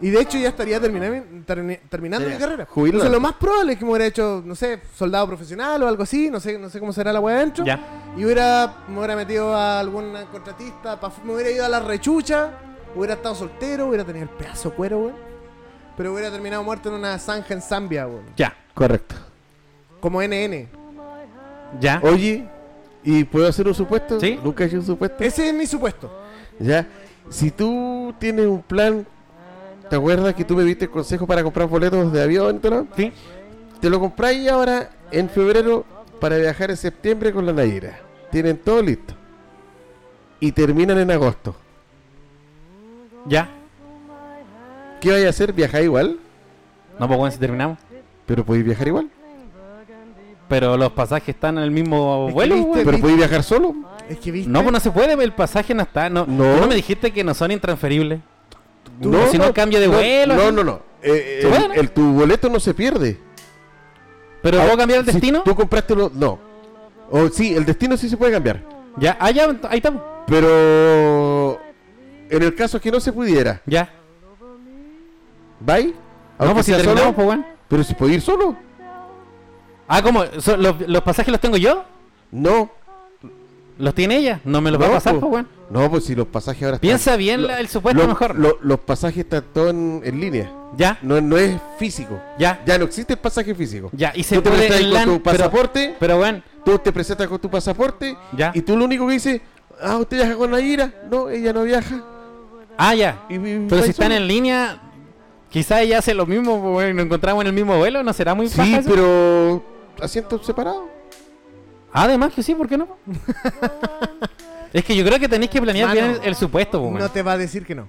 Y de hecho ya estaría terminami- termi- terminando Ya, mi carrera. jubilado. Entonces, lo más probable es que me hubiera hecho, no sé, soldado profesional o algo así, no sé, no sé cómo será la weá adentro. Ya. Y hubiera, me hubiera metido a algún contratista, pa- me hubiera ido a la rechucha, hubiera estado soltero, hubiera tenido el pedazo de cuero, weón. Pero hubiera terminado muerto en una zanja en Zambia, weón. Ya, Correcto. Como NN. ya. Oye, ¿y puedo hacer un supuesto? Sí. Nunca he hecho un supuesto. Ese es mi supuesto. Ya. Si tú tienes un plan, ¿te acuerdas que tú me diste el consejo para comprar boletos de avión? y todo? Sí. Te lo compráis ahora en febrero para viajar en septiembre con la Nayera. Tienen todo listo. Y terminan en agosto. Ya. ¿Qué vais a hacer? ¿Viajar igual? No, pues bueno, si terminamos. Pero podéis viajar igual. Pero los pasajes están en el mismo Es que vuelo, viste- weón. Pero podéis viajar solo. Es que viste. No, pues no se puede, el pasaje no está. No, No. ¿Tú no me dijiste que no son intransferibles. Tú- no, si no cambia de no, vuelo, No, así. no, no. Eh, Se el- puede, ¿no? el- tu boleto no se pierde. ¿Pero Ah, puedo cambiar el si destino? Tú compraste lo. No. O sí, el destino sí se puede cambiar. Ya, ah, ya, ent- ahí estamos. Pero. En el caso que no se pudiera, Ya. ¿vai? No, Aunque pues si sea terminamos, Ah, solo, pues bueno. Pero si puede ir solo. Ah, ¿cómo? So- los, los pasajes los tengo yo? No. ¿Los tiene ella? No me los va a no, pasar, pues bueno. No, pues si los pasajes ahora. están- Piensa bien la- el supuesto lo- mejor. lo- los pasajes están todos en, en línea. Ya, No, no es físico. ya, Ya no existe el pasaje físico. ya. Y se Tú te puede presentas el con LAN, tu pero, pasaporte. pero bueno, Tú te presentas con tu pasaporte Ya. y tú lo único que dices, ah, usted viaja con Nayira. No, ella no viaja. ah, ya. Y- y- Pero vais si están solo. en línea, quizá ella hace lo mismo, pues bueno, y nos encontramos en el mismo vuelo, ¿no será muy Sí, paja eso? pero asientos separados. Además que Ah, sí, ¿por qué no? es que yo creo que tenéis que planear Mano, bien el, el supuesto, pues bueno. No te va a decir que no.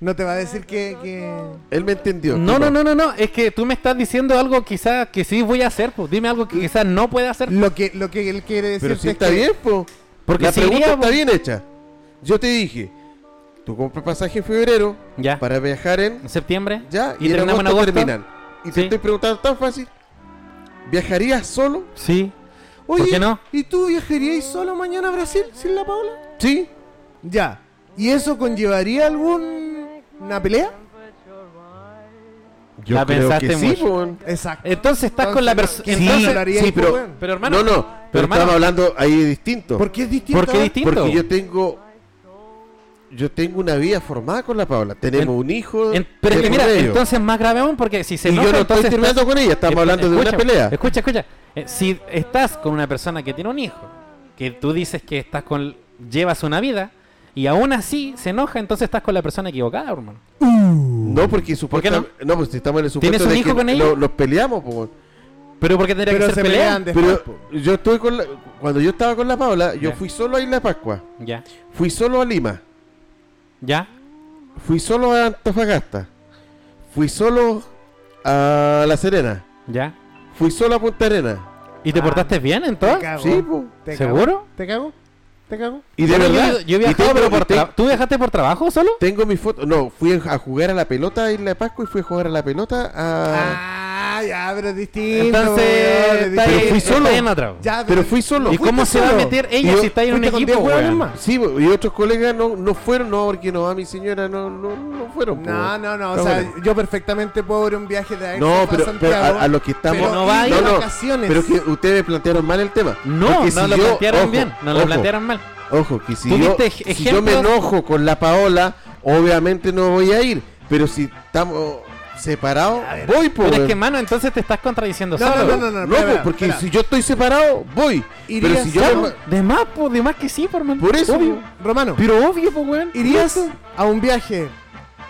No te va a decir que. que- Él me entendió. No, tú no, no, no, no, es que tú me estás diciendo algo quizás que sí voy a hacer, pues dime algo que quizás no pueda hacer. Lo que, lo que él quiere decir Pero si está bien, po. Porque la si pregunta iría, está po. bien hecha. Yo te dije, tú compras pasaje en febrero Ya, para viajar en en septiembre. ya y, Ah. y, en terminamos en agosto agosto. terminan. Y Sí. te estoy preguntando tan fácil. ¿Viajarías solo? Sí. Oye, qué no? ¿y tú viajarías solo mañana a Brasil sin la Paula? Sí. Ya. ¿Y eso conllevaría alguna pelea? Yo La creo que pensaste sí, mucho. po. Exacto. Entonces estás con la persona. Entonces, Sí, Entonces, lo haría sí, ahí, po, pero- weón. pero hermano, no, no. Pero, hermano, estamos hablando ahí distinto. ¿Por qué es distinto? ¿eh? ¿por qué ahora? distinto? Porque yo tengo. Yo tengo una vida formada con la Paula. Tenemos En- un hijo. en- pero de es que por mira, medio. entonces más grave aún porque si se y enoja, yo no estoy entonces terminando estás- con ella. Estamos Escu- hablando de una escucha, pelea. Escucha, escucha. Eh, Si estás con una persona que tiene un hijo, que tú dices que estás con llevas una vida y aún así se enoja, entonces estás con la persona equivocada, hermano. No, porque qué supuestamente. no? pues si estamos en el ¿Tienes supuesto un de hijo que con ella? lo- los peleamos, po. Pero porque tendría Pero que se ser pelea. pelean después. Pero po. yo estoy con la- Cuando yo estaba con la Paula, yo Ya. fui solo a Isla Pascua. Ya. Fui solo a Lima. Ya. Fui solo a Antofagasta. Fui solo a La Serena. Ya. Fui solo a Punta Arena. ¿Y te Ah. portaste bien Te entonces? cago. Sí, po. Te cago. ¿Seguro? ¿Te cago? ¿Te cago? Y de Bueno, yo- verdad. Yo, he y viajado, tengo- pero por y te- tra- ¿Tú viajaste por trabajo solo? Tengo mi foto. No, fui a jugar a la pelota a Isla de Pascua y fui a jugar a la pelota a. Ah, ya, pero es distinto. weón, Entonces, es está distinto. Pero ahí- fui está solo. ahí en otra. Ya, Pero fui solo. ¿Y cómo se va a meter ella Y- si está ahí en un fuiste con equipo, 10 hueones weón? más. Sí, bo- y otros colegas no, no fueron, no, porque no, a mi señora no, no, no fueron. po. No, no, no. O sea, bueno. yo perfectamente puedo ir a un viaje de ahí No, pero, pero a, a los que estamos. pero no va a ir no, de no, vacaciones. Pero que ustedes plantearon mal el tema. No, Porque no si lo yo- plantearon ojo, bien, no lo ojo, plantearon mal. Ojo, que si yo, ¿Tuviste ej- si yo me ejemplos? enojo con la Paola, obviamente no voy a ir. Pero si estamos separados, voy, por Pero es que, mano, entonces te estás contradiciendo No, solo. no, no, no, No, espera, po, espera, porque espera. si yo estoy separado, voy. Pero Irías si yo. solo. De más, pues, de más que sí, por man. Por eso. Obvio. Romano, Pero obvio, pues, weón. ¿irías a un viaje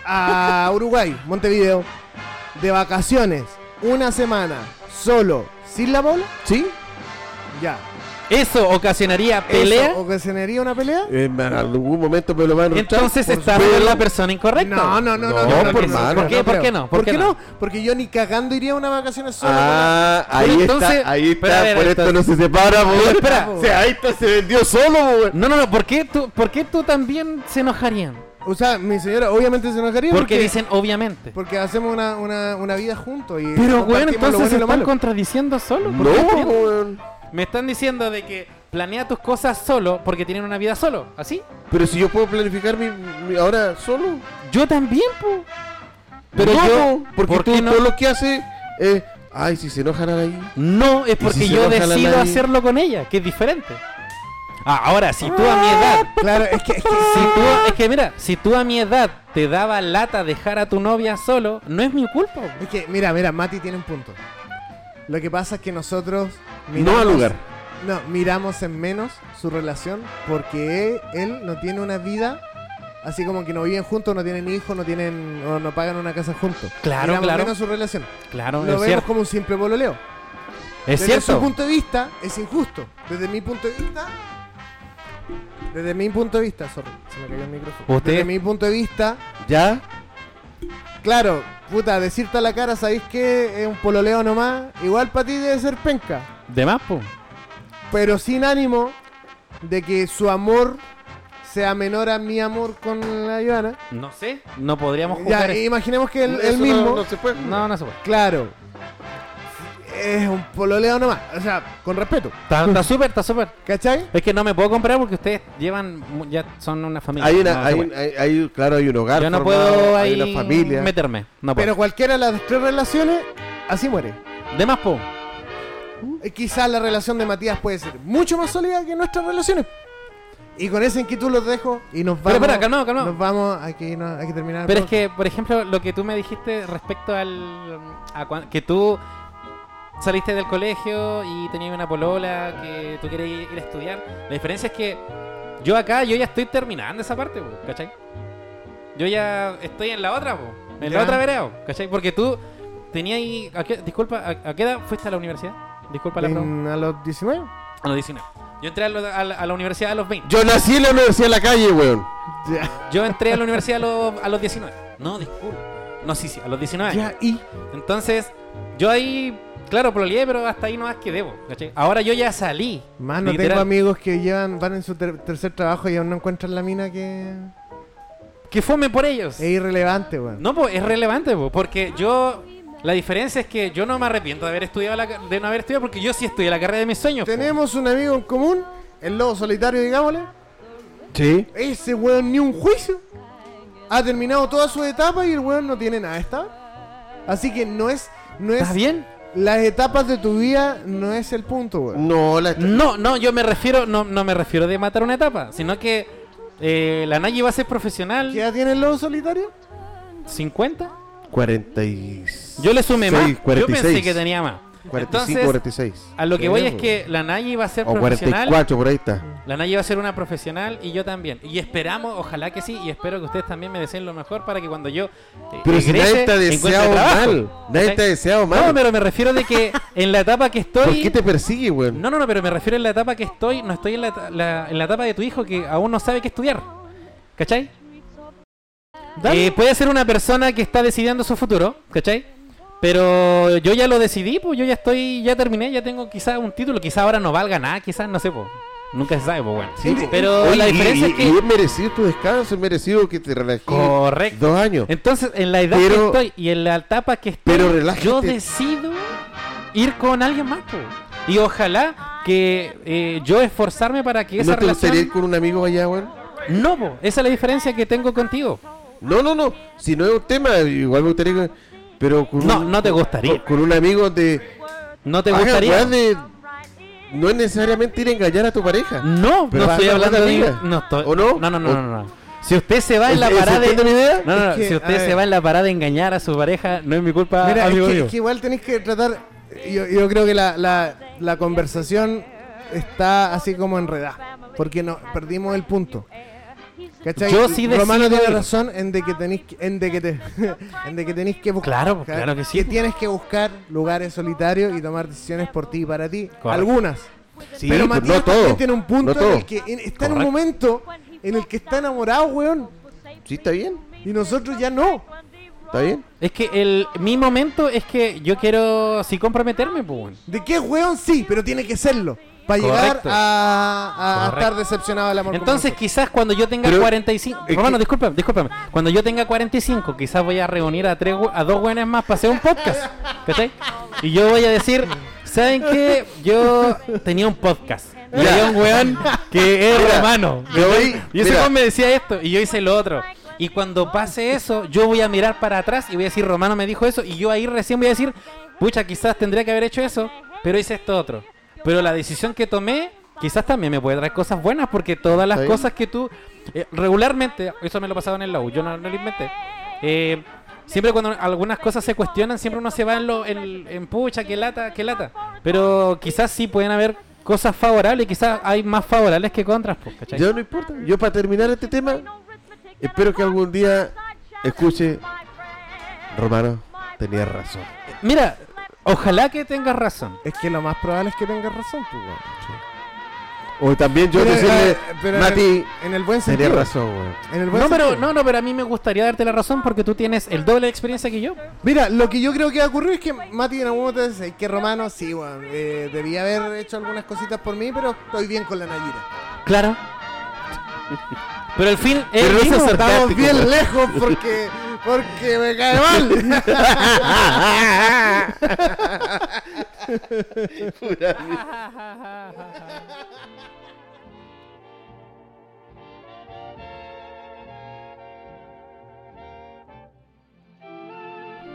a Uruguay, Montevideo, de vacaciones, una semana, solo, sin la bola? ¿Sí? Ya. Eso ocasionaría pelea. ¿Eso ¿Ocasionaría una pelea? Eh, En algún momento me lo van a encontrar. Entonces por estás supuesto. con la persona incorrecta. No, no, no, no. No, no, por creo, mano. creo, ¿Por qué? ¿Por creo. qué no? ¿Por qué no? Porque yo ni cagando iría a una vacaciones solo. Ah, ahí Pero entonces- está, ahí pero a está, ver, por esto no entonces- se separa, po. Pero espera. O sea, ahí está, se vendió solo, po, weón. No, no, no, ¿por qué tú, por qué tú también se enojarían? con- O sea, mi señora obviamente se enojaría Porque dicen obviamente. porque hacemos una, una, una vida juntos. Y Pero, compartimos weón, lo entonces se bueno y lo están malo. contradiciendo solo. ¿Por No, qué entiendo? po, weón. Me están diciendo de que planea tus cosas solo porque tienen una vida solo. ¿Así? Pero si yo puedo planificar mi, mi- ahora solo. Yo también, po. Pero No, yo, po. porque ¿Por tú qué no? todo lo que hace es. Ay, si se enojan ahí. No, es porque si se yo baja la decido nariz? hacerlo con ella, que es diferente. Ah, ahora, si tú a mi edad, Claro, es que, es que si tú- es que mira, si tú a mi edad te daba lata dejar a tu novia solo, no es mi culpa. po. Es que, mira, mira, Mati tiene un punto. Lo que pasa es que nosotros. No pues, al lugar. No, miramos en menos su relación porque él, él no tiene una vida. Así como que no viven juntos, no tienen hijos, no tienen o no pagan una casa juntos. Claro, Miramos claro. menos su relación. Claro, Lo es vemos cierto. como un simple bololeo. Es Desde su cierto. punto de vista es injusto. Desde mi punto de vista. Desde mi punto de vista, sorry, se me cayó el micrófono. Usted- Desde mi punto de vista, ¿Ya? Claro, puta, decirte a la cara, ¿sabéis que es un pololeo nomás? Igual para ti debe ser penca, De más, po. pero sin ánimo de que su amor sea menor a mi amor con la Ivana. No sé, no podríamos jugar. Ya, imaginemos que el, Eso no- mismo, No, se puede. No, no se puede. claro, es un pololeo nomás, o sea, con respeto, Está está súper, está súper. ¿cachai? Es que no me puedo comprar porque ustedes llevan, mu- ya son una familia. Hay No, una, se hay, puede. hay, hay- claro, hay un hogar. Yo no formado, puedo hay ahí una familia. meterme. No puedo. Pero cualquiera de las tres relaciones, así muere. de más, po. ¿Mm? Eh, Quizás la relación de Matías puede ser mucho más sólida que nuestras relaciones. Y con esa inquietud los dejo y nos vamos. Pero, espera, calmado, calmado. Nos vamos, hay que, irnos- hay que terminar. Pero es pronto. que, por ejemplo, lo que tú me dijiste respecto al. A cuan- que tú saliste del colegio y tenías una polola, que tú querías ir a estudiar. La diferencia es que yo acá, yo ya estoy terminando esa parte, po, ¿cachai? Yo ya estoy en la otra, po, en Ya. la otra vereda, po, ¿cachai? Porque tú tenías. ahí- ¿a qué- disculpa, ¿a, a qué edad fuiste a la universidad? Disculpa la pregunta. En- a los 19. A los 19. Yo entré a, lo- a la, a la universidad a los 20. Yo nací en la universidad de la calle, weón. Ya. Yo entré a la universidad a los, a los 19. No, disculpa. No, sí, sí, a los 19. años. Ya, y. Entonces, yo ahí, claro, prolié, pero hasta ahí no más que debo. ¿cachai? Ahora yo ya salí. Más no literal. tengo amigos que llevan, van en su ter- tercer trabajo y aún no encuentran la mina que. Que fome por ellos. Es irrelevante, weón. No, pues es relevante, po, porque yo. La diferencia es que yo no me arrepiento de haber estudiado la ca- de no haber estudiado porque yo sí estudié la carrera de mis sueños. po. Tenemos un amigo en común, el lobo solitario, digámosle. Sí. Ese weón ni un juicio. Ha terminado toda su etapa y el weón no tiene nada, ¿está? Así que no es. No es ¿Estás bien? Las etapas de tu vida no es el punto, weón. No, la. No, no, yo me refiero, no, no me refiero de matar una etapa, sino que eh, la Nayi va a ser profesional ¿Qué edad tiene el lobo solitario? 50. 46. Yo le sumé más. Yo 46. pensé que tenía más. 45, Entonces, 46. A lo que voy es Creo, que la Nayi va a ser O profesional. 44, por ahí está. La Nayi va a ser una profesional y yo también. Y esperamos, ojalá que sí, y espero que ustedes también me deseen lo mejor para que cuando yo. eh, Pero si regrese, nadie te ha encuentre deseado trabajo. mal. Nadie ¿Cachai? te ha deseado No, mal. pero me refiero de que en la etapa que estoy. ¿Por qué te persigue, weón? No, no, no, pero me refiero en la etapa que estoy, no estoy en la, eta- la- en la etapa de tu hijo que aún no sabe qué estudiar. ¿Cachai? Eh, puede ser una persona que está decidiendo su futuro, ¿cachai? Pero yo ya lo decidí, pues yo ya estoy, ya terminé, ya tengo quizás un título, quizás ahora no valga nada, quizás no sé, pues. Nunca se sabe, pues bueno. Sí, po. pero Oye, la y- diferencia y, es que. y es merecido tu descanso, es merecido que te relajes Correcto. dos años. Entonces, en la edad Pero- que estoy y en la etapa que estoy, pero relájate. yo decido ir con alguien más, po. Y ojalá que eh, yo esforzarme para que ¿No esa te gustaría ir relación... con un amigo allá, weón? No, po. Esa es la diferencia que tengo contigo. No, no, no. Si no es un tema, igual me gustaría. que- Pero con No, un- no te con- gustaría. Con, un amigo de. ¿No te Haga gustaría? weas de- no es necesariamente ir a engañar a tu pareja. No, Pero no estoy haga hablando buena de... amiga. No, estoy- ¿O no? No, no, no, ¿O- no, no, no. Si usted se va en la ¿Se- se parada de... entiende mi idea? No, no, no. Es que, si a usted se ver. va en la parada de engañar a su pareja, no es mi culpa, Mira, Ah, amigo es, que, mío. es que igual tenés que tratar. Yo, yo creo que la, la- la conversación está así como enredada. Porque no, perdimos el punto. ¿Cachai? Yo sí Romano decido tiene ir. razón en de que tenéis que, en de que te, en de que tenéis que buscar. Claro, claro que sí. tienes que buscar lugares solitarios y tomar decisiones por ti y para ti. Correcto. Algunas. Sí, Pero pues, Matías no todo. también tiene un punto no todo. en el que en- está en un Correcto. momento en el que está enamorado, weón. Sí, está bien. Y nosotros ya no. Está bien. Es que el, mi momento es que yo quiero sí comprometerme, pues. bueno. ¿De qué weón? Sí, pero tiene que serlo. Para llegar Correcto. a, a Correcto. estar decepcionado del amor. Entonces como quizás cuando yo tenga Pero- 45... es Romano, que- disculpa, discúlpame. Cuando yo tenga 45, quizás voy a reunir a, tres, we- a dos buenas más para hacer un podcast. ¿Cachai? Y yo voy a decir... ¿Saben qué? Yo tenía un podcast. Y Ya. había un weón que es Mira, romano. yo ¿cachai? voy- y ese mira. weón me decía esto y yo hice lo otro. Y cuando pase eso, yo voy a mirar para atrás y voy a decir, Romano me dijo eso. Y yo ahí recién voy a decir, pucha, quizás tendría que haber hecho eso, pero hice esto otro. Pero la decisión que tomé, quizás también me puede traer cosas buenas, porque todas las Sí. cosas que tú. eh, regularmente, eso me lo pasaba en el U, yo no, no lo inventé. eh, siempre cuando algunas cosas se cuestionan, siempre uno se va en, lo, en, en pucha, que lata, que lata. Pero quizás sí pueden haber cosas favorables, quizás hay más favorables que contras, pues, ¿cachai? Ya no importa. Yo, para terminar este tema, espero que algún día escuche. Romano, tenía razón. Mira, ojalá que tengas razón. Es que lo más probable es que tengas razón, pues, weón. O también yo Pero, decirle, eh, pero en Mati, el- en el buen tenía sentido. razón, weón. En el buen No, pero, sentido. no, no, pero a mí me gustaría darte la razón porque tú tienes el doble de experiencia que yo. Mira, lo que yo creo que va a ocurrir es que Mati en algún momento dice, "Ay, que Romano, sí, weón. eh, debía haber hecho algunas cositas por mí, pero estoy bien con la Nayira. Claro. Pero el fin es Pero no el seas mismo. sarcástico. Fantástico, Estamos bien weón. lejos porque, porque me cae mal.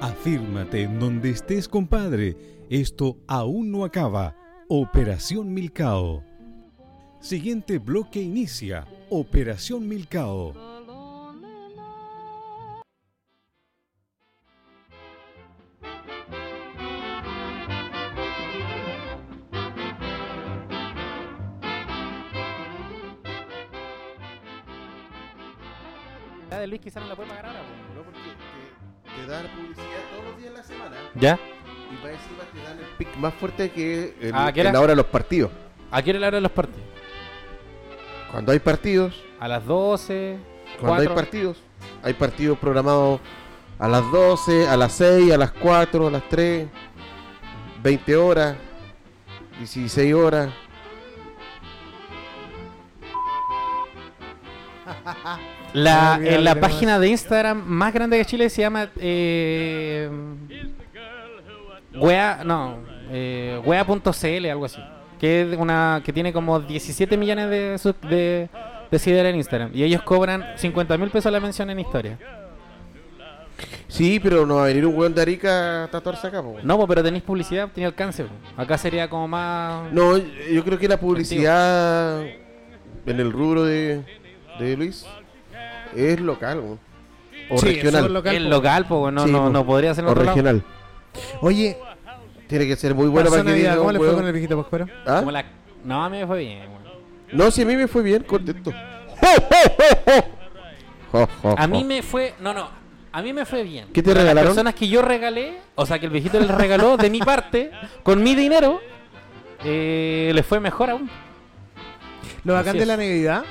Afírmate en donde estés, compadre. Esto aún no acaba. Operación Milcao. Siguiente bloque inicia. Operación Milcao. La de Luis quizá no la puede pagar ahora. No, porque te, te dan publicidad todos los días de la semana ¿Ya? y para encima te dan el pick más fuerte que el, Ah, ¿qué era? en la hora de los partidos. ¿A qué hora es la hora de los partidos? Cuando hay partidos, A las 12. cuando hay cuatro. partidos, hay partidos programados a las 12, a las 6, a las 4, a las 3, 20 horas, 16 horas. La, Olvídalo, en la que no página de Instagram más grande de Chile se llama. Eh, wea. No. Eh, wea.cl, algo así. Que, es una, que tiene como 17 millones de, sub- de, de seguidores en Instagram. Y ellos cobran 50 mil pesos la mención en historia. Sí, pero no va a venir un weón de Arica a tatuarse acá, po, weón. No, po, pero tenéis publicidad, tenía alcance. po. Acá sería como más. No, yo creo que la publicidad en el rubro de, de Luis es local weón. o Sí, regional. eso es local, el po. local, po, no, Sí, no, po. no podría ser en o otro lado. regional. Oye, Tiene que ser muy bueno para pasó que Navidad, diga ¿cómo un le fue weón- con el viejito Pascuero? ¿Ah? Como la- No, a mí me fue bien. weón. No, si a mí me fue bien, contento. Jo, jo, A mí jo. me fue. No, no. A mí me fue bien. ¿Qué te Pero regalaron? Las personas que yo regalé, o sea, que el viejito les regaló de mi parte, con mi dinero, eh, les fue mejor aún. Lo Así bacán de es. la Navidad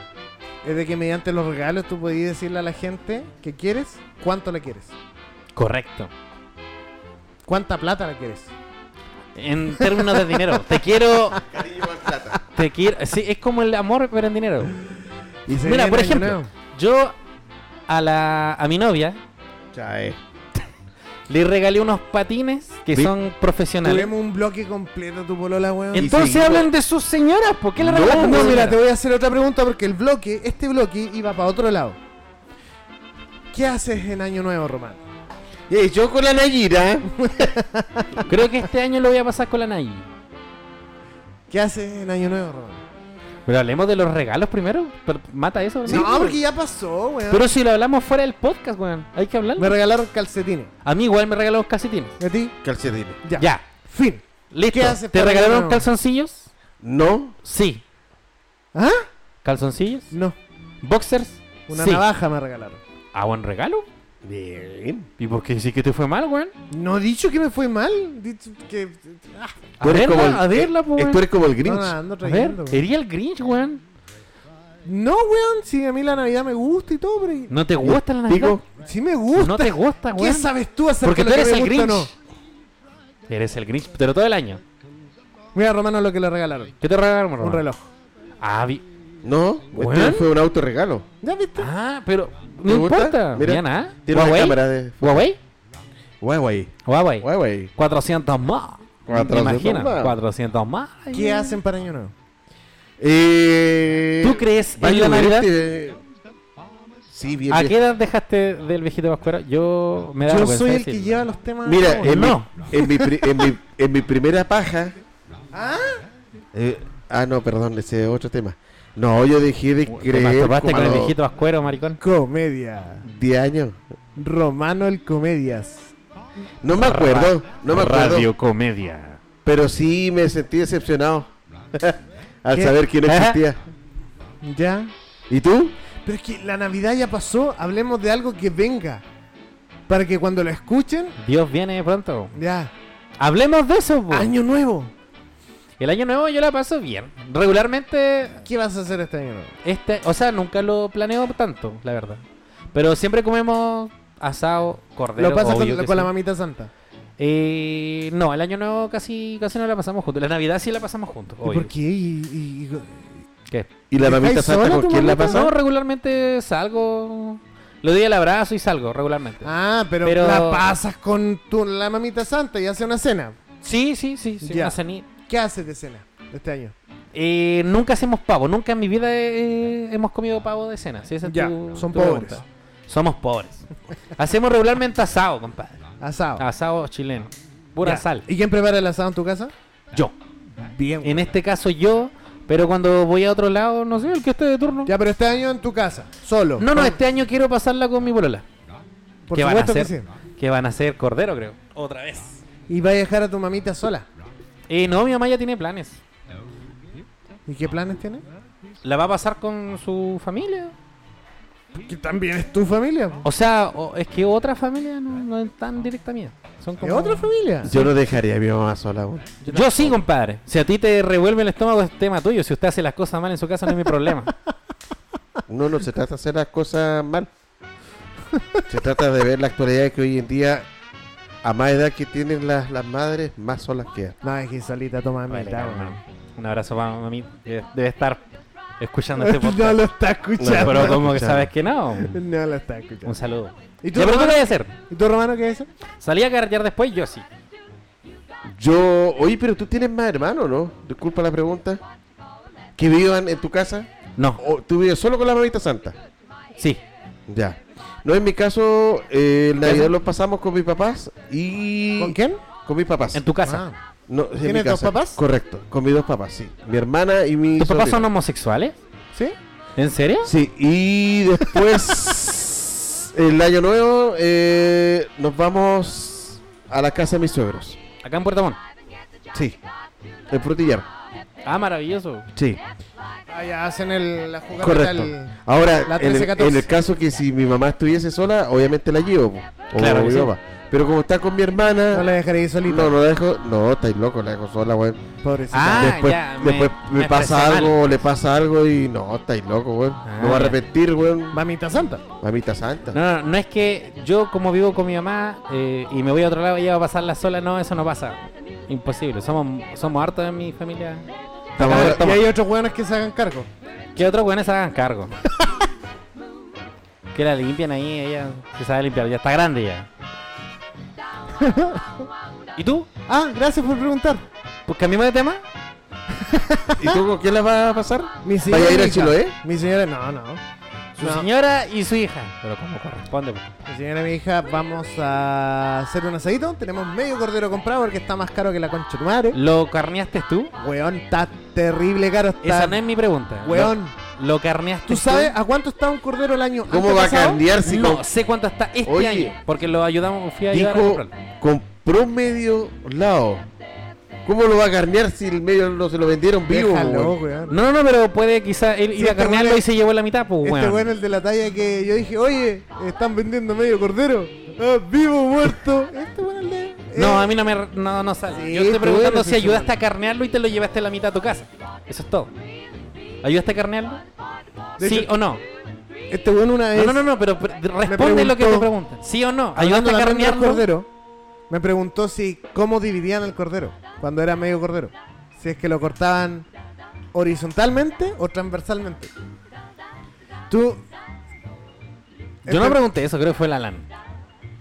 es de que mediante los regalos tú podías decirle a la gente que quieres, cuánto la quieres, Correcto. cuánta plata la quieres. En términos de dinero. Te quiero. Cariño más plata. Te quiero. Sí, es como el amor, pero en dinero. Y se Mira, viene por año ejemplo, nuevo. yo a la a mi novia Chae. le regalé unos patines que Vi- son profesionales. Tuvimos un bloque completo tu polola, weón. Y Entonces seguimos. hablan de sus señoras, ¿por qué le No, regalan No, a sus no, mira, te señoras? voy a hacer otra pregunta porque el bloque, este bloque iba para otro lado. ¿Qué haces en Año Nuevo, Román? Eh, yo con la Nayira. Creo que este año lo voy a pasar con la Nayi. ¿Qué haces en Año Nuevo, Román? Pero hablemos de los regalos primero. Pero mata eso, no, hermano. porque ya pasó, weón. Pero si lo hablamos fuera del podcast, weón. Hay que hablarlo. Me regalaron calcetines. A mí igual me regalaron calcetines. ¿Y a ti? Calcetines. Ya. Ya. Fin. Listo. ¿Qué haces ¿Te para regalaron Año Nuevo? calzoncillos? No. Sí. ¿Ah? ¿Calzoncillos? No. ¿Boxers? Una sí. navaja me regalaron. ¿A buen regalo? Bien. ¿Y por qué sí que te fue mal, weón? No he dicho que me fue mal. Dicho que. Ah, A verla, a verla, po, eh, weón. Tú eres como el Grinch. no, ando A ver, trayendo, weón. sería el Grinch, weón. No, weón. Sí, a mí la Navidad me gusta y todo, pero. ¿No te gusta la Navidad? Digo, Sí me gusta. No te gusta, ¿Qué weón. sabes tú acerca Porque de tú lo que eres me el gusta o Grinch. no? Eres el Grinch, pero todo el año. Mira, Romano, lo que le regalaron. ¿Qué te regalaron, Román? Un reloj. Ah, vi- no, Weón. este fue un autorregalo. ¿Ya viste? ah, pero ¿Te no gusta? importa. Mira, Mira, nada. Tiene una Huawei. cámara de. Huawei. Huawei. Huawei. Huawei. 400 más. 400 Imagina, más. 400 más. ¿Qué hacen para Año Nuevo? Eh, ¿Tú crees en Baño la Navidad? Durante, eh, Sí, bien. ¿A bien. qué edad dejaste del viejito Pascuero? Yo me da Yo vergüenza soy el que decirlo. lleva los temas. Mira, No, en, no. mi, en, mi, pri- en, mi, en mi primera paja. Eh, ah, no, perdón, ese es otro tema. No, yo dejé de Te creer masturbaste como con a el los viejito Pascuero, maricón. Comedia. 10 años. Romano el Comedias. No me acuerdo, no me acuerdo. Comedia. Pero sí me sentí decepcionado al ¿Qué? saber que no existía. ¿Eh? ¿Ya? ¿Y tú? Pero es que la Navidad ya pasó. Hablemos de algo que venga. Para que cuando lo escuchen, Dios viene pronto. ya. Hablemos de eso, po. Año Nuevo. El año nuevo yo la paso bien. Regularmente, ¿Qué vas a hacer este año nuevo? este, o sea, nunca lo planeo tanto, la verdad. Pero siempre comemos asado, cordero. Lo pasas obvio con, que con la sí. mamita santa. Eh, no, el año nuevo casi, casi no la pasamos juntos. La Navidad sí la pasamos juntos. ¿Y obvio. por qué? ¿Y, y- y- ¿Qué? ¿Y la ¿Dejáis mamita santa sola con tu quién la mamita? pasó? No, regularmente salgo. Le doy el abrazo y salgo regularmente. Ah, pero, Pero- la pasas con tu- la mamita santa y hace una cena. Sí, sí, sí, sí, Ya. una ceni- ¿Qué haces de cena este año? Eh, nunca hacemos pavo, nunca en mi vida eh, hemos comido pavo de cena. si esa es Ya, tu- son tu pobres. pregunta. Somos pobres. Hacemos regularmente asado, compadre. Asado. Asado chileno. Ah, Pura Ya. sal. ¿Y quién prepara el asado en tu casa? Yo. Bien. En este caso yo, pero cuando voy a otro lado, no sé, el que esté de turno. Ya, pero este año en tu casa, solo. No, no, este año quiero pasarla con mi polola. Por ¿Qué van a supuesto que hacer? sí. Que van a hacer cordero, creo. Otra vez. Y va a dejar a tu mamita sola. Eh, no, mi mamá ya tiene planes. ¿Y qué planes tiene? La va a pasar con su familia. Que también es tu familia. po. O sea, o- es que otra familia no, no es tan directa mía. Son ¿Es como... otra familia? Yo no dejaría a mi mamá sola. güey. Yo sí, compadre. Si a ti te revuelve el estómago es tema tuyo. Si usted hace las cosas mal en su casa no es mi problema. No, no se trata de hacer las cosas mal. Se trata de ver la actualidad que hoy en día, a más edad que tienen las, las madres, más solas quedan. No, es que solita toma Vale, mitad, hermano. weón. Un abrazo para mami. Debe debe estar escuchando este podcast. No lo está Ya, escuchando. pero como que escuchado. sabes que no. No lo está Un escuchando. saludo. ¿Y ¿Y tú, tú, ya, pero tú hermano? qué vas a hacer? ¿Y tu romano qué dice? ¿Salí a carretear después? Yo sí. Yo, oye, pero tú tienes más hermanos, ¿no? Disculpa la pregunta. ¿Que vivan en tu casa? No, ¿O tú vives solo con la mamita santa? sí. Ya. No, en mi caso, eh, el Navidad lo pasamos con mis papás y... ¿Con quién? Con mis papás. En tu casa. Ah. No, en mi ¿Tienes dos casa. papás? Correcto, con mis dos papás, sí. Mi hermana y mi ¿Tus papás son sobrino. homosexuales? ¿Sí? ¿En serio? Sí, y después, el año nuevo, eh, nos vamos a la casa de mis suegros. Acá en Puerto Montt. Sí. En Frutillar. Ah, maravilloso. Sí. Ah, ya hacen el, la jugada Correcto. tal- la Ahora, en el, 13-14. en el caso que si mi mamá estuviese sola, obviamente la llevo. po, O Claro que mi sí. papá. Pero como está con mi hermana... No la dejaré ahí solita. No, no la dejo. No, estáis loco, la dejo sola, weón. Pobrecita. Ah, después ya, me- después me, me pasa expresé algo, le pasa algo y no, estáis loco, weón. Ah, no va a ya. repetir, weón. Mamita santa. Mamita santa. No, no, no es que yo como vivo con mi mamá eh, y me voy a otro lado y ella va a pasarla sola, no, eso no pasa. Imposible, somos, somos hartos en mi familia Estamos, Ah, estamos- Y hay otros hueones que se hagan cargo. Que otros buenos se hagan cargo. que la limpian ahí, ella se sabe limpiar, ya está grande ya. ¿Y tú? Ah, gracias por preguntar. Pues cambiamos de tema. ¿Y tú con quién la vas a pasar? Mi ¿Vaya a ir a hija- Chiloé? Mi señora, no, no. ¿eh? Su No. ¿Eh? señora y su hija. Pero como corresponde. pues. Mi señora y mi hija, vamos a hacer un asadito. Tenemos medio cordero comprado porque está más caro que la concha de tu madre. ¿Lo carneaste tú? Weón, está terrible caro. Está, Esa no es mi Este pregunta. Weón, ¿Lo, lo carneaste ¿tú sabes a cuánto está un cordero el año? ¿Cómo va a antepasado? cambiar si no con- sé cuánto está este Oye. año. Porque lo ayudamos, fui a ayudar a dijo comprarlo. compró medio lado? ¿Cómo lo va a carnear si el medio no se lo vendieron vivo? Déjalo, weón? weón. No, no, no, pero puede quizá él Sí, iba a este carnearlo weón- y se llevó la mitad, pues Este weón. weón, el de la talla que yo dije, oye, están vendiendo medio cordero. Ah, vivo, muerto. Este weón, el de. No, eh, a mí no me no, no sale. Sí, este Yo estoy tú preguntando eres si ese ayudaste weón. a carnearlo y te lo llevaste a la mitad a tu casa. Eso es todo. ¿Ayudaste a carnearlo? De ¿Sí hecho, o no? Este weón una vez. No, no, no, no, pero pre- responde lo que te preguntó- preguntan. ¿Sí o no? ¿Ayudaste Hablando a también del carnearlo? cordero, me preguntó si cómo dividían el cordero cuando era medio cordero. Si es que lo cortaban horizontalmente o transversalmente. Tú. Yo no Este- pregunté eso, creo que fue la LAN.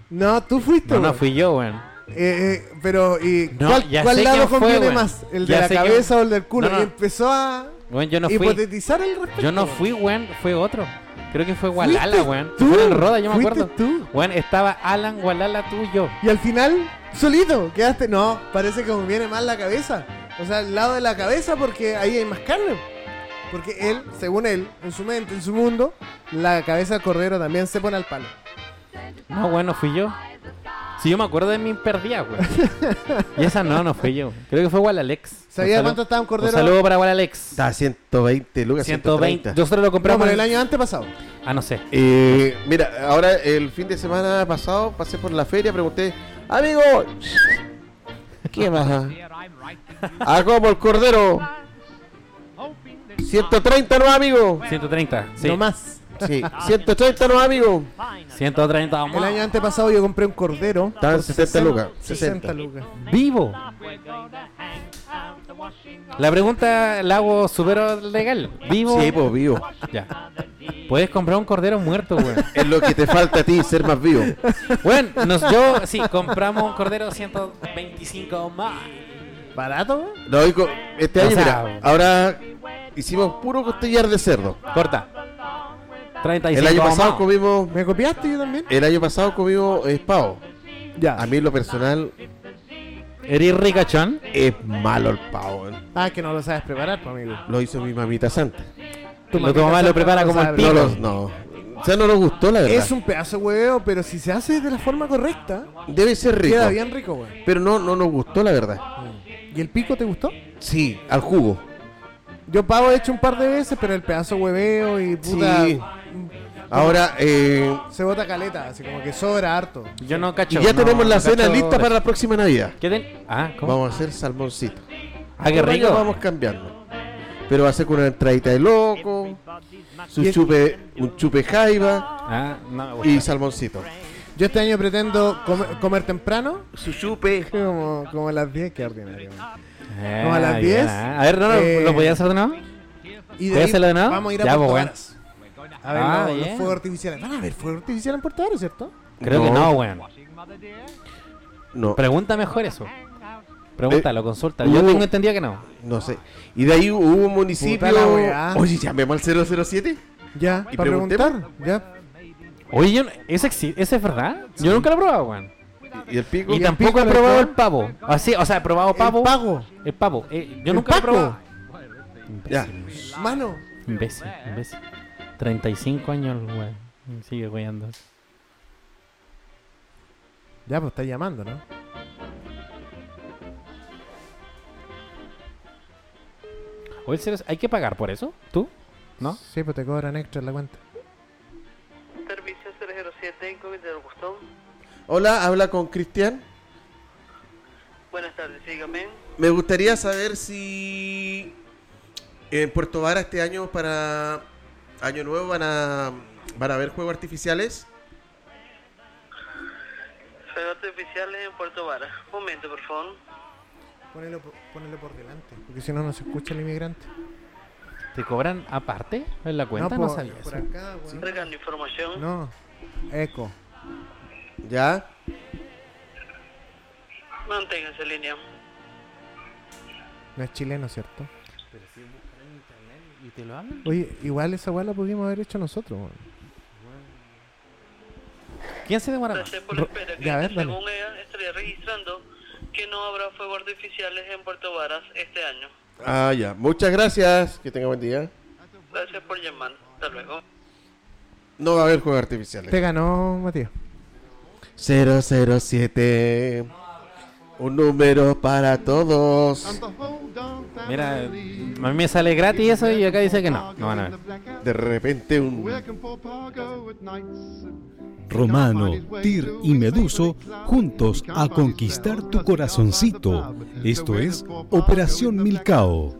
No, tú fuiste. No, no, weón. fui yo, weón. Eh, eh, pero, ¿y No, cuál, ya cuál sé lado quién fue, conviene weón. más? ¿El Ya de la sé quién- cabeza o el del culo? No, no. Y empezó a Weón, yo no fui. hipotetizar el respecto. Yo no weón. fui, weón, fue otro. Creo que fue Fuiste Walala, weón. tú, Fue en Roda, yo me fuiste acuerdo. tú. Weón, estaba Alan, Walala, tú y yo. Y al final, solito, quedaste. No, parece que conviene más la cabeza. O sea, el lado de la cabeza, porque ahí hay más carne. Porque él, según él, en su mente, en su mundo, la cabeza del cordero también se pone al palo. No, weón, no fui yo. Si yo me acuerdo de mi perdida, weón. y esa no, no fui yo. Creo que fue Walalex. ¿Sabías Un saludo- cuánto estaba un Un cordero? saludo para Walalex. Está a 120 lucas, 120. 130. Nosotros lo No, compramos. pero el año antepasado. Ah, no sé. Eh, mira, ahora el fin de semana pasado pasé por la feria, pregunté, amigo, ¿qué pasa? Ah, como el cordero. 130 no, amigo. 130. Sí. No más. Sí, 130 no, amigo. 130 El año antepasado yo compré un cordero. Estaban por 60 lucas, 60 lucas. Vivo. La pregunta la hago súper legal. Vivo. Sí, pues vivo. Ya. Puedes comprar un cordero muerto, güey. Es lo que te falta a ti, ser más vivo. Bueno, nos, yo sí, compramos un cordero 125 más. ¿Barato? weón? No, y co- este O año, sea, mira, ahora hicimos puro costillar de cerdo. Corta. 35 El año pasado más. comimos, ¿Me copiaste yo también? el año pasado comimos eh, pavo. Ya. A mí en lo personal ¿Eres ricachón? es malo el pavo. eh. Ah, que no lo sabes preparar, pues, amigo. Lo hizo mi mamita santa. Tu mamita mamá lo prepara como el sabe. pico. No, los, no. O sea, no nos gustó, la verdad. Es un pedazo de hueveo, pero si se hace de la forma correcta, Debe ser rico. queda bien rico, weón. Mm. Pero no, no nos gustó, la verdad. ¿Y el pico te gustó? Sí, al jugo. Yo pavo he hecho un par de veces, pero el pedazo hueveo y puta. Sí. Ahora, eh, Se bota caleta, así como que sobra harto. Yo no y cacho. ya no, tenemos la no cena cacho lista de- para la próxima Navidad. ¿Qué ten- Ah, ¿cómo? Vamos a hacer salmoncito. Ah, qué Por año rico. Vamos cambiando. Pero va a ser con una entradita de loco, su Y- chupe, un chupe jaiba Ah, no, güey. y salmoncito. Yo este año pretendo comer, comer temprano, Su chupe. como, como a las 10, que ordinario. weón. Eh, Como a las ya. 10, A ver, no, no, eh, ¿lo podía hacer de nuevo? Y ¿Puedes hacerlo de nuevo? vamos a ir a Ya, Puerto pues, Varas. A ver, Ah, los- los bien. fuegos artificiales. Van a ver fuegos artificiales en Puerto Varas, ¿cierto? Creo que No. no, weón. No, Pregunta mejor eso. Eh, Pregúntalo, consulta. Yo hubo- tengo entendido que no. no sé. Y de ahí hubo un municipio. Puta la weá. Oye, llamemos al 007. Ya, ¿Y para preguntemos? preguntar. Ya. Oye, yo no- ¿ese, exi- ese es verdad? Yo nunca lo he probado, weón. Y el pico. Y, el tampoco pico he de probado todo? el pavo. Así, o sea, he probado pavo. El pago. El pavo. Eh, yo ¿El nunca lo he paco? probado. Ya. Mano. Imbécil, imbécil. 35 años, el weón. Me Sigue weyando. Ya, pues está llamando, ¿no? Oye, ¿en serio? ¿hay que pagar por eso? ¿Tú? ¿No? Sí, pues te cobran extra en la cuenta. Servicio 007, incoming de Augustón. Hola, habla con Cristian. Buenas tardes, sígame. Me gustaría saber si en Puerto Vara este año para Año Nuevo van a van a haber juegos artificiales. Fuegos artificiales en Puerto Vara. Un momento, por favor. Ponelo, por- ponelo por delante, porque si no, no se escucha el inmigrante. ¿Te cobran aparte en la cuenta? No, pues, por, sabía eso. por acá, weón. Recargo información. No, eco. ¿Ya? Manténganse en línea. No es chileno, ¿cierto? ¿Y te lo hablan? Oye, igual esa weá la pudimos haber hecho nosotros, weón. ¿Quién se demora más? Gracias por la Ro- espera. ya, a ver, dale. según ella, estaría registrando que no habrá fuegos artificiales en Puerto Varas este año. Ah, ya. Muchas gracias. Que tenga buen día. Gracias por llamar. Hasta luego. No va a haber juegos artificiales. Te ganó, Matías. 007. Un número para todos. Mira, a mí me sale gratis eso y acá dice que no. No van a ver. De repente un... Romano, Tir y Meduso juntos a conquistar tu corazoncito. Esto es Operación Milcao.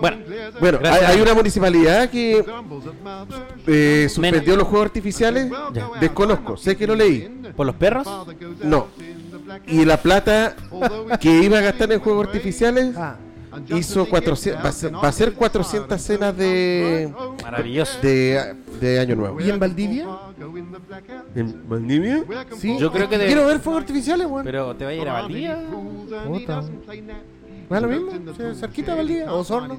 Bueno, Bueno, hay, Gracias. hay una municipalidad que eh, suspendió los juegos artificiales. Ya. Desconozco, sé que lo leí. ¿por los perros? No. Y la plata que iba a gastar en juegos artificiales Ah, hizo 400, va a ser, va a ser 400 cenas de, Maravilloso. de, de Año Nuevo. ¿y en Valdivia? ¿En Valdivia? Sí, Yo creo que de- Quiero ver fuegos artificiales, weón. Pero te va a ir a Valdivia. Puta. ¿No es lo mismo? Sí, Cerquita de Valdivia, Osorno.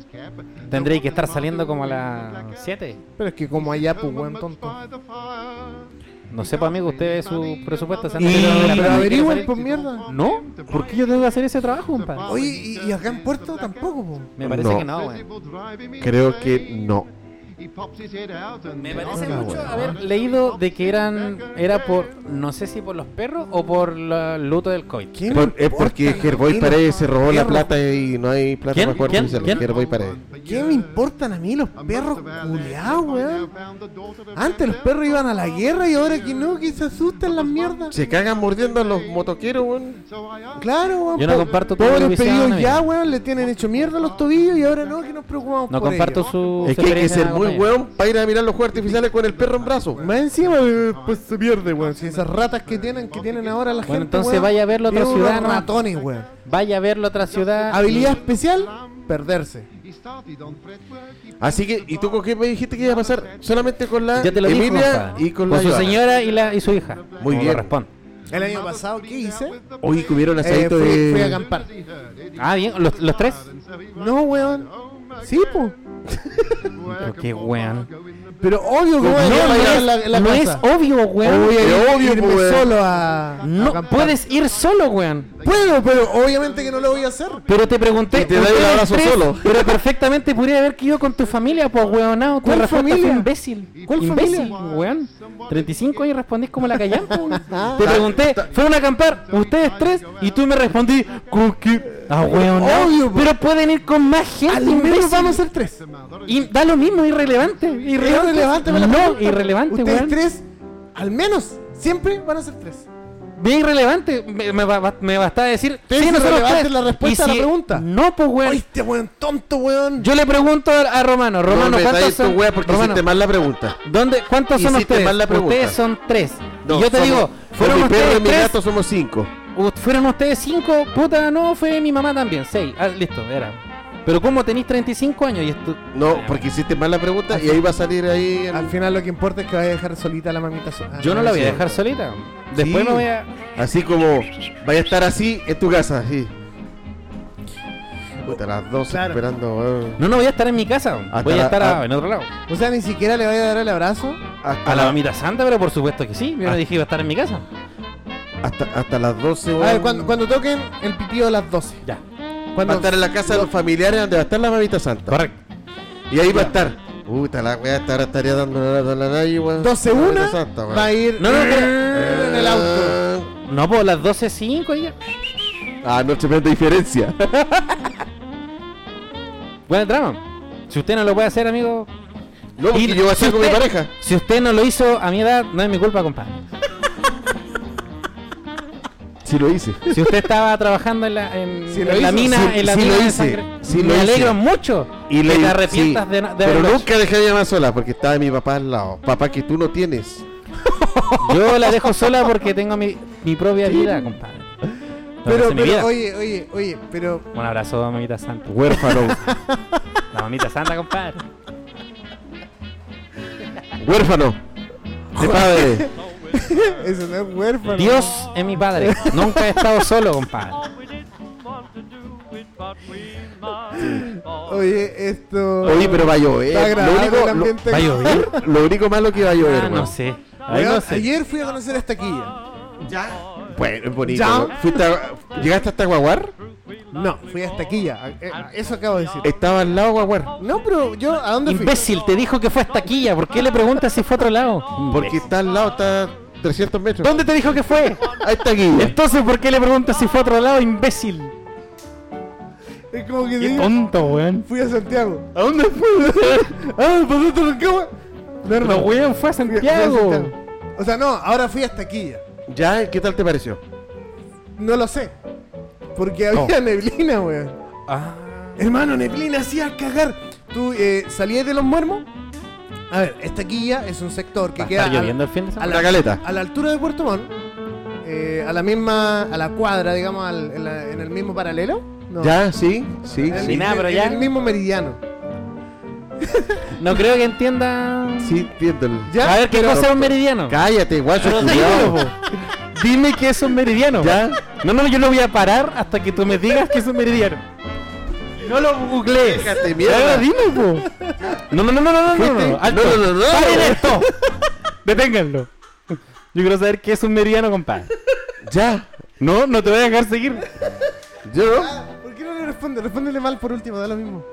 Tendré que estar saliendo como a las 7. Pero es que como allá, pues, weón, tonto. No sepa, amigo, usted ve su presupuesto. se han Y- tirado de la pero plata. averigüen, pues, mierda. No, ¿por qué yo tengo que hacer ese trabajo, compa? Oye, y, y acá en Puerto tampoco, po. Me parece No. que no, güey. Creo que no. Me parece Hola, mucho güey. haber leído de que eran era por no sé si por los perros o por la luto del COVID. ¿Quién? Por- es porque Gerboy Paredes se robó la plata y no hay plata ¿Quién? para juegos ¿Quién? artificiales. ¿Quién? Gerboy Paredes. ¿Qué me importan a mí los perros culiados, weón? Antes los perros iban a la guerra y ahora que no, que se asustan las mierdas. Se cagan mordiendo a los motoqueros, weón. Claro, weón. Yo no po- comparto tu Todos los visión, pedidos amigo. ya, weón, le tienen hecho mierda los tobillos y ahora no, que nos preocupamos No por comparto ellos. Es su su que hay que experiencia ser muy con ella. weón para ir a mirar los juegos artificiales con el perro en brazo. Más encima, eh, pues se pierde, weón. Si esas ratas que tienen, que tienen ahora la gente, Bueno, entonces weón, vaya a verlo a otra tienen unos ciudad, ¿no? ratones, weón. Vaya a verlo a otra ciudad. Habilidad especial, perderse. Así que, ¿y tú con qué me dijiste que iba a pasar? Solamente con la Ya te lo dije, Emilia compa. y con la su Joana. señora y la y su hija. Como bien. corresponde. El año pasado, ¿qué hice? Hoy comieron Eh, asadito fui, fui de... a acampar. Ah, bien, los, los tres. No, weón. Sí, po. Pero qué weón. Pero obvio que No, voy a no ir a bailar es- la, la no es casa. obvio, weón. Voy a Es ir- obvio, irme po, weón. solo a. a No acampar. puedes ir solo, weón. Puedo, pero obviamente que no lo voy a hacer. Pero te pregunté. Y te doy el ¿ustedes abrazo tres? solo. Pero perfectamente podría haber que ido con tu familia, pues, weonado. Tu ¿Cuál respuesta familia? fue imbécil. ¿Cuál imbécil, familia? weón? 35 años respondís como la callampa, weón. Ah. Te pregunté, ¿fueron a acampar ustedes tres? Y tú me respondí, ¿con qué? Ah, weonao. Obvio, po. Pero pueden ir con más gente, Al menos imbécil. vamos a ser tres. Y da lo mismo, irrelevante. Irrelevante. Irrelevante, me la no, pregunta. irrelevante, Ustedes weón. tres, al menos, siempre van a ser tres. Bien irrelevante. Me, me, va- me basta decir. Te dice nosotros relevante tres. la respuesta Y a la si- pregunta. No, pues, weón. Ay, este weón tonto, weón. Yo le pregunto a, a Romano, No Romano, me ¿cuántos dais tu son? wea porque Romano, hiciste mal la pregunta. ¿dónde, ¿cuántos son Hiciste ustedes? mal la pregunta. ustedes son tres. No, y yo te somos- digo, con ¿fueron mi perro y ustedes mi tres? gato somos cinco. U- ¿Fueron ustedes cinco? Puta, no, fue mi mamá también, seis. Ah, listo, era. Pero ¿cómo tenéis 35 años y esto? No, porque hiciste mal la pregunta y ahí va a salir ahí... el- Al final lo que importa es que vaya a dejar solita a la mamita sola. Yo no la voy a dejar solita. Después Sí. me voy a... Así como vaya a estar así en tu casa, así. Puta, las dos Claro. esperando. weón. No, no voy a estar en mi casa. Hasta voy a la- estar a- a- en otro lado. O sea, ni siquiera le vaya a dar el abrazo. Hasta, A la la- mamita santa, pero por supuesto que sí. Yo no Ah. dije que iba a estar en mi casa. hasta, hasta las 12, A weón. ver, cuando, cuando toquen el pitido a las 12. Ya, Va a Cuando estar en la casa de los familiares donde va a estar la mamita santa. correcto. Y ahí va a estar. Puta, la weá estar, estaría dando la lata a la nadie, weón. 12 La una Mamita Santa, weón. va a ir No, no, pero- Eh, en el auto. No, pues las 12.05 ya. Ah, no tremenda diferencia. Buena trama. Si usted no lo puede hacer, amigo, No, porque Y yo voy a si estar con mi usted- pareja. Si usted no lo hizo a mi edad, no es mi culpa, compadre. Si lo hice. Si usted estaba trabajando en la, en, Si lo en la hizo, mina, si- en la si mina lo de hice, sangre, si me lo hice. alegro mucho Y que le- te arrepientas sí, de, no- de Pero haberlo hecho. nunca dejé a mi mamá sola porque estaba mi papá al lado. Papá que tú no tienes. Yo la dejo sola porque tengo mi, mi propia vida, compadre. Pero, de mi vida. pero oye, oye, oye, pero Un abrazo a mamita santa. Huérfano. La mamita santa, compadre. Huérfano. De padre. eso no es huérfano. Dios es mi padre. Nunca he estado solo, compadre. Oye, esto. Oye, pero va a Está llover. Lo agradable el único, ambiente. ¿Va a llover? lo- lo único malo que va a llover, Ah, weón. no sé. Ahí Weón, no sé. Ayer fui a conocer esta quilla. Bueno, es bonito. Ya. weón. Fuiste a- ¿Llegaste hasta Guaguar? No, fui a esta quilla. eh, eh, Eso acabo de decir. Estaba al lado Guaguar. No, pero yo, ¿a dónde fui? Imbécil, te dijo que fue a Estaquilla. ¿Por qué le preguntas si fue a otro lado? Porque Imbécil. está al lado, está a 300 metros. ¿Dónde te dijo que fue? Ahí está Guille. Entonces, ¿por qué le preguntas si fue a otro lado, imbécil? Es como que Qué digo, tonto, weón. fui a Santiago. ¿A dónde fue? Ah, pasaste la cama. No, Pero, hermano. weón, fue a Fui a- fui a Santiago. Santiago. O sea, no, ahora fui a esta quilla. Ya, ¿qué tal te pareció? No lo sé. Porque había neblina, weón. Ah. Hermano, neblina hacía cagar. ¿Tú eh, salías de los muermos? A ver, esta quilla es un sector que ¿Va a queda. estar al- lloviendo el fin de a semana? La caleta. a la altura de Puerto Montt, eh, a la misma, a la cuadra, digamos, al- en, la- en el mismo paralelo. No. Ya, sí, sí. En el- Sí, nada, pero en ya. el mismo meridiano. No creo que entienda. Sí, entiendo. a ver, ¿qué pero- cosa es un meridiano? Cállate, guacho, Pero culiao. dilo, po. Dime que es un meridiano. Ya. No, no, yo lo voy a parar hasta que tú me digas que es un meridiano. No lo googlees. Déjate, mierda. Ya, dime, po. No, no, no, no, no, no, no, Fuiste- no. Alto. no, no, no, no. ¡Paren esto! Deténganlo. Yo quiero saber qué es un meridiano, compadre. Ya. No, no te voy a dejar seguir. Yo, ¿Por qué no le responde? Respóndele mal por último, da lo mismo.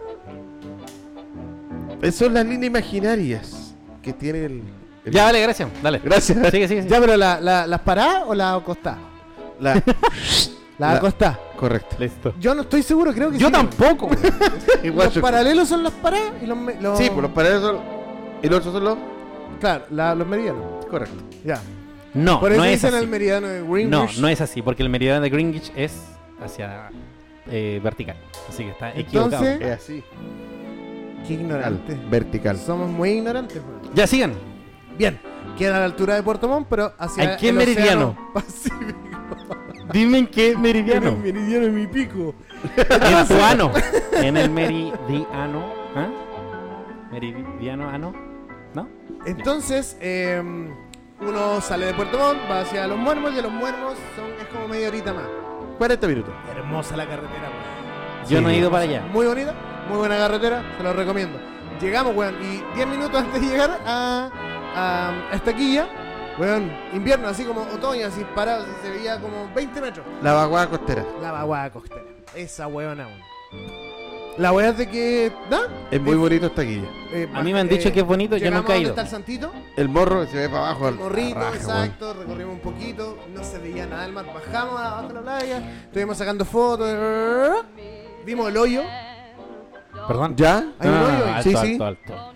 son las líneas imaginarias que tiene el. el- Ya, vale, gracias. Dale. Gracias. Sigue, sigue, sigue. Ya, pero la, la, ¿las pará o las acostá? La- Las La- acostá. Correcto. Listo. Yo no estoy seguro, creo que Yo sí. tampoco. Los Guacho. paralelos son las pará y los. me- los- Sí, pues por los paralelos son. Y los otros son los. Claro, la- los meridianos. Correcto. Ya. No, por eso no es dicen así. el meridiano de Greenwich. No, no es así, porque el meridiano de Greenwich es hacia eh, vertical. Así que está equivocado. Entonces- Es así. Qué ignorante. Vertical. Somos muy ignorantes, weón. Ya sigan. Bien, queda a la altura de Puerto Montt, pero hacia ¿En qué el meridiano? océano Pacífico. Dime en qué En el meridiano. meridiano de mi pico. en tu ano. En el meridiano. ¿Ah? Meridiano ano. ¿No? Entonces, eh, uno sale de Puerto Montt, va hacia Los Muermos, y a Los Muermos son, es como media horita más. 40 minutos. Hermosa la carretera, weón. Yo no he ido para allá. Muy bonita, muy buena carretera, se los recomiendo. Llegamos, weón, y 10 minutos antes de llegar a, a, a Estaquilla, weón, invierno, así como otoño, así parado, así se veía como 20 metros. La vaguada costera. La vaguada costera. Esa weona, weón. La weá es de que. ¿no? Es muy bonito esta guilla. Eh, A mí me han dicho que es bonito, yo llegamos nunca he donde ido. está el santito? El morro se ve para abajo. al- Morrito, a raja, exacto, recorrimos un poquito, no se veía nada del mar, bajamos abajo de la playa, estuvimos sacando fotos, vimos el hoyo, Perdón. ¿Ya? hay un No, no, no, hoyo, alto, sí, alto, sí. alto.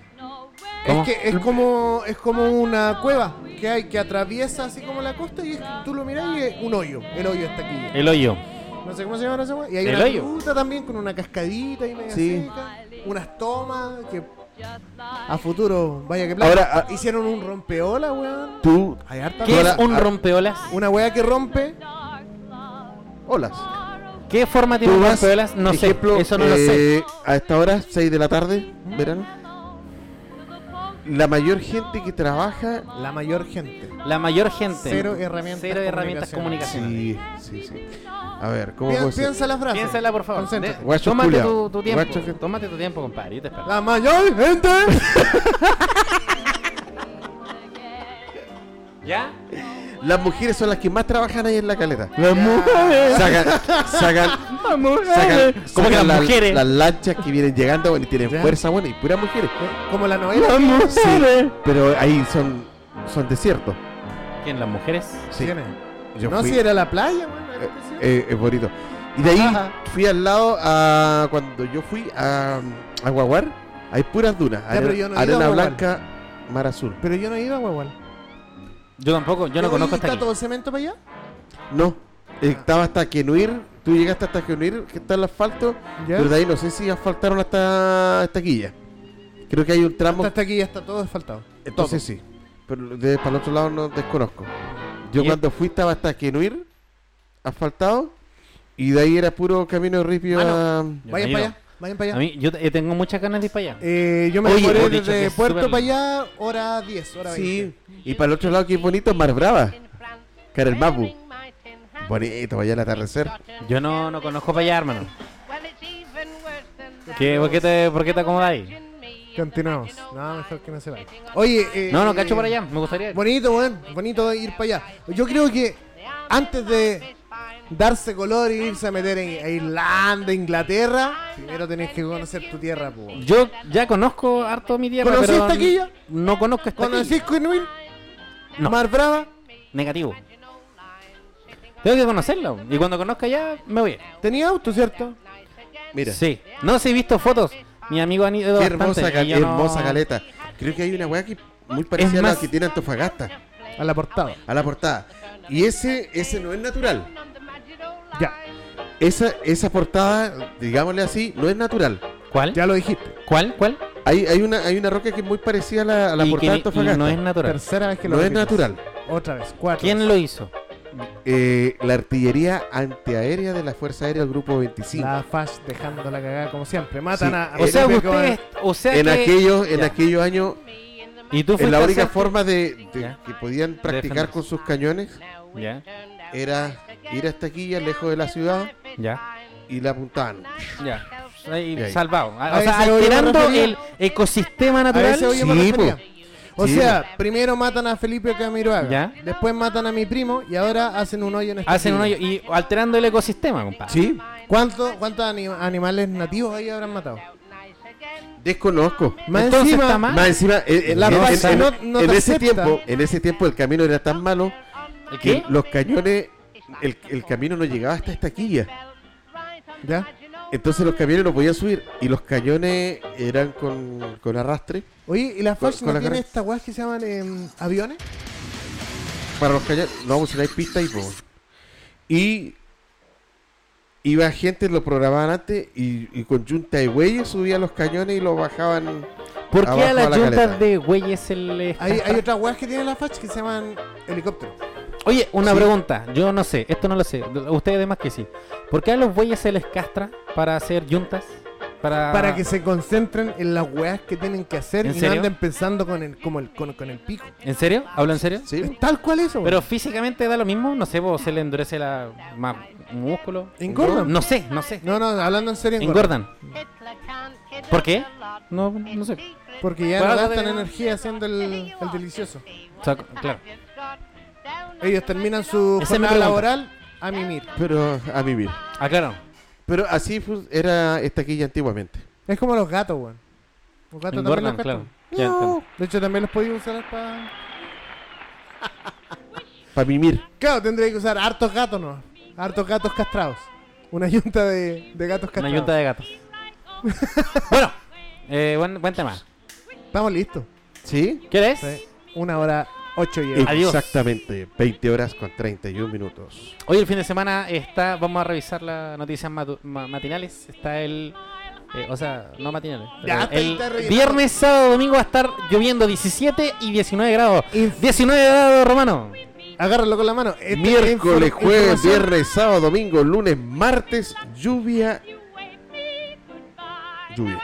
¿Cómo? es que es como, es como una cueva que hay que atraviesa así como la costa y es- tú lo miras y es un hoyo, el hoyo está aquí, El hoyo. no sé cómo se llama esa hueá, y hay Eh. ¿El una hoyo? ruta también con una cascadita y media Sí. seca, unas tomas que a futuro, vaya que Ahora, plata, ah- hicieron un rompeola, weón, Tú. hay harta ¿Qué plata. es un rompeolas? una weá que rompe Olas. ¿Qué forma tiene Tú un vas, rompeolas? No sé. ejemplo, Eso no lo sé. eh, A esta hora, 6 de la tarde, verano. La mayor gente que trabaja. la mayor gente. La mayor gente. Cero herramientas Cero herramientas comunicacionales. Sí, sí, sí. A ver, ¿cómo Piensa, puede ser? piensa la frase. Piénsala, por favor. Concéntrate. De- Guacho tómate culiao. tu, tu tiempo. Guacho que- Tómate tu tiempo, compadre. Yo te espero. La mayor gente. ¿Ya? Las mujeres son las que más trabajan ahí en la caleta. Las mujeres. Sacan, sacan, sacan, Como que las sacan la- mujeres. las lanchas que vienen llegando bueno, y tienen fuerza buena y puras mujeres. Como la novela. mujeres. Pero ahí son, son desiertos. ¿Quién? Las mujeres. Sí. ¿Quién es? Pues Yo no, fui- si era la playa, weón. eh, eh, es bonito. Y de ahí Ajá. fui al lado a cuando yo fui a, a Guaguar, hay puras dunas, Ya, pero arena, yo no he arena ido a Guaguar. blanca, mar azul. Pero yo no iba a Guagual. Yo tampoco, yo no conozco hasta ¿Está aquí. todo cemento para allá? No, Ah. estaba hasta Quenuir, tú llegaste hasta Quenuir, que está el asfalto, Ya. pero de ahí no sé si asfaltaron hasta Estaquilla. Creo que hay un tramo, Hasta, hasta aquí ya está todo asfaltado. entonces sí, pero de- para el otro lado no desconozco. ¿Y Yo es- cuando fui estaba hasta Quenuir, asfaltado, Y de ahí era puro camino ripio Ah, no. a... Yo Vayan no he para ido. allá, vayan para A allá. mí, yo te- eh, tengo muchas ganas de ir para allá. Eh, yo me Oye, demoré hemos dicho que desde es Puerto súper- para allá, hora 10, hora 20. Sí. Y para el otro lado, qué bonito, Mar Brava. Cara el Mapu. Bonito, vaya el atardecer. Yo no, no conozco para allá, hermano. ¿Qué, por, qué te, ¿Por qué te acomodas ahí? Continuamos. No, mejor que no se vaya. Oye, eh, No, no, cacho para allá. Me gustaría. Bonito, weón. Bonito ir para allá. Yo creo que antes de darse color y irse a meter en a Irlanda, Inglaterra, primero tenés que conocer tu tierra, po. Yo ya conozco harto mi tierra, ¿Conocí pero esta quilla? no conozco esta ¿Conocís quilla. Queen No. ¿Mar Brava? Negativo. Tengo que conocerla. Y cuando conozca ya, me voy. Tenía auto, ¿cierto? Mira, Sí. No, sí, he visto fotos. Mi amigo han ido qué bastante, hermosa, cal- y yo no- hermosa caleta. Creo que hay una weá que muy parecida a más- la que tiene Antofagasta, A la portada. a la portada. Y ese, ese no es natural. Ya, Esa, esa portada, digámosle así, no es natural. ¿Cuál? ya lo dijiste. ¿Cuál? ¿Cuál? Hay, hay, una, hay una roca que es muy parecida a la, a la Y portada de que- y Antofagasta. no es natural. Tercera vez que lo No es repites. natural. Otra vez, cuatro. ¿Quién lo hizo? Eh, la artillería antiaérea de la Fuerza Aérea del Grupo 25. La Fash dejando la cagada como siempre. Matan Sí. a... a O sea, Felipe con- ustedes. O sea, en que- aquellos en Ya. aquellos años Y tú fuiste en la a única hacer- forma de, de Ya. que podían practicar Defenderse. con sus cañones Ya, era ir hasta aquí ya lejos de la ciudad ya, y la apuntaban ya. Ahí, Y ahí. Salvado. O A sea, ese hoyo me alterando refería. el ecosistema A natural. ese hoyo me Sí, refería. O Sí, sea, primero matan a Felipe Camiroaga, Ya. después matan a mi primo y ahora hacen un hoyo en este Hacen un hoyo río. y alterando el ecosistema, compadre. sí ¿Cuánto- ¿Cuántos ani- animales nativos ahí habrán matado? desconozco Más Entonces encima, está mal. más encima en, en- La en- raza en- no- no en te ese acepta. tiempo en ese tiempo el camino era tan malo ¿El que qué? los cañones el, el camino no llegaba hasta esta quilla ¿ya? entonces los camiones no podían subir y los cañones eran con, con arrastre Oye, ¿y la Con- Fash con no la tiene cara- estas weas que se llaman em, aviones? para los cañones no pues no hay pista y pues y iba gente lo programaban antes y, y con junta de güeyes subían los cañones y los bajaban ¿Por qué a abajo las de la yuntas caleta. de güeyes se les... Hay, hay otras weas que tiene la Fash que se llaman helicópteros. Oye, una Sí. pregunta. Yo no sé, esto no lo sé. Ustedes además que sí. ¿Por qué a los güeyes se les castra para hacer yuntas? Para, Para que se concentren en las weas que tienen que hacer ¿En y no serio? anden pensando con el, como el, con, con el pico. ¿En serio? ¿Hablo en serio? sí Es tal cual eso. Pero físicamente da lo mismo, no sé, vos se le endurece la más músculo. Engordan. No sé, no sé. no, no, hablando en serio, engordan. Engordan. ¿Por qué? No, no sé. Porque ya Por no algo gastan debe- energía haciendo el, el delicioso. O sea, claro. Ellos terminan su Esa es mi jornada pregunta. laboral a mimir. pero a vivir Ah, claro. pero así fu- era esta quilla antiguamente Es como los gatos, weón. Los gatos también los Engordan, gastan. claro. Ya, entiendo. De hecho, también los podía usar para... para mimir Claro, tendría que usar hartos gatos, ¿no? Hartos gatos castrados. Una yunta de, de gatos Una castrados. yunta de gatos. bueno, eh, buen, buen tema. Estamos listos. sí ¿Quieres? Sí. Una hora ocho y Adiós. exactamente 20 horas con 31 minutos Hoy el fin de semana está, vamos a revisar las noticias matu- ma- matinales. Está el, eh, o sea, no matinales. pero Ya, te- el te rellenamos. viernes, sábado, domingo va a estar lloviendo 17 y 19 grados. Inf- 19 grados, romano. Agárralo con la mano. Este- miércoles jueves infor- información- viernes sábado domingo lunes martes lluvia lluvia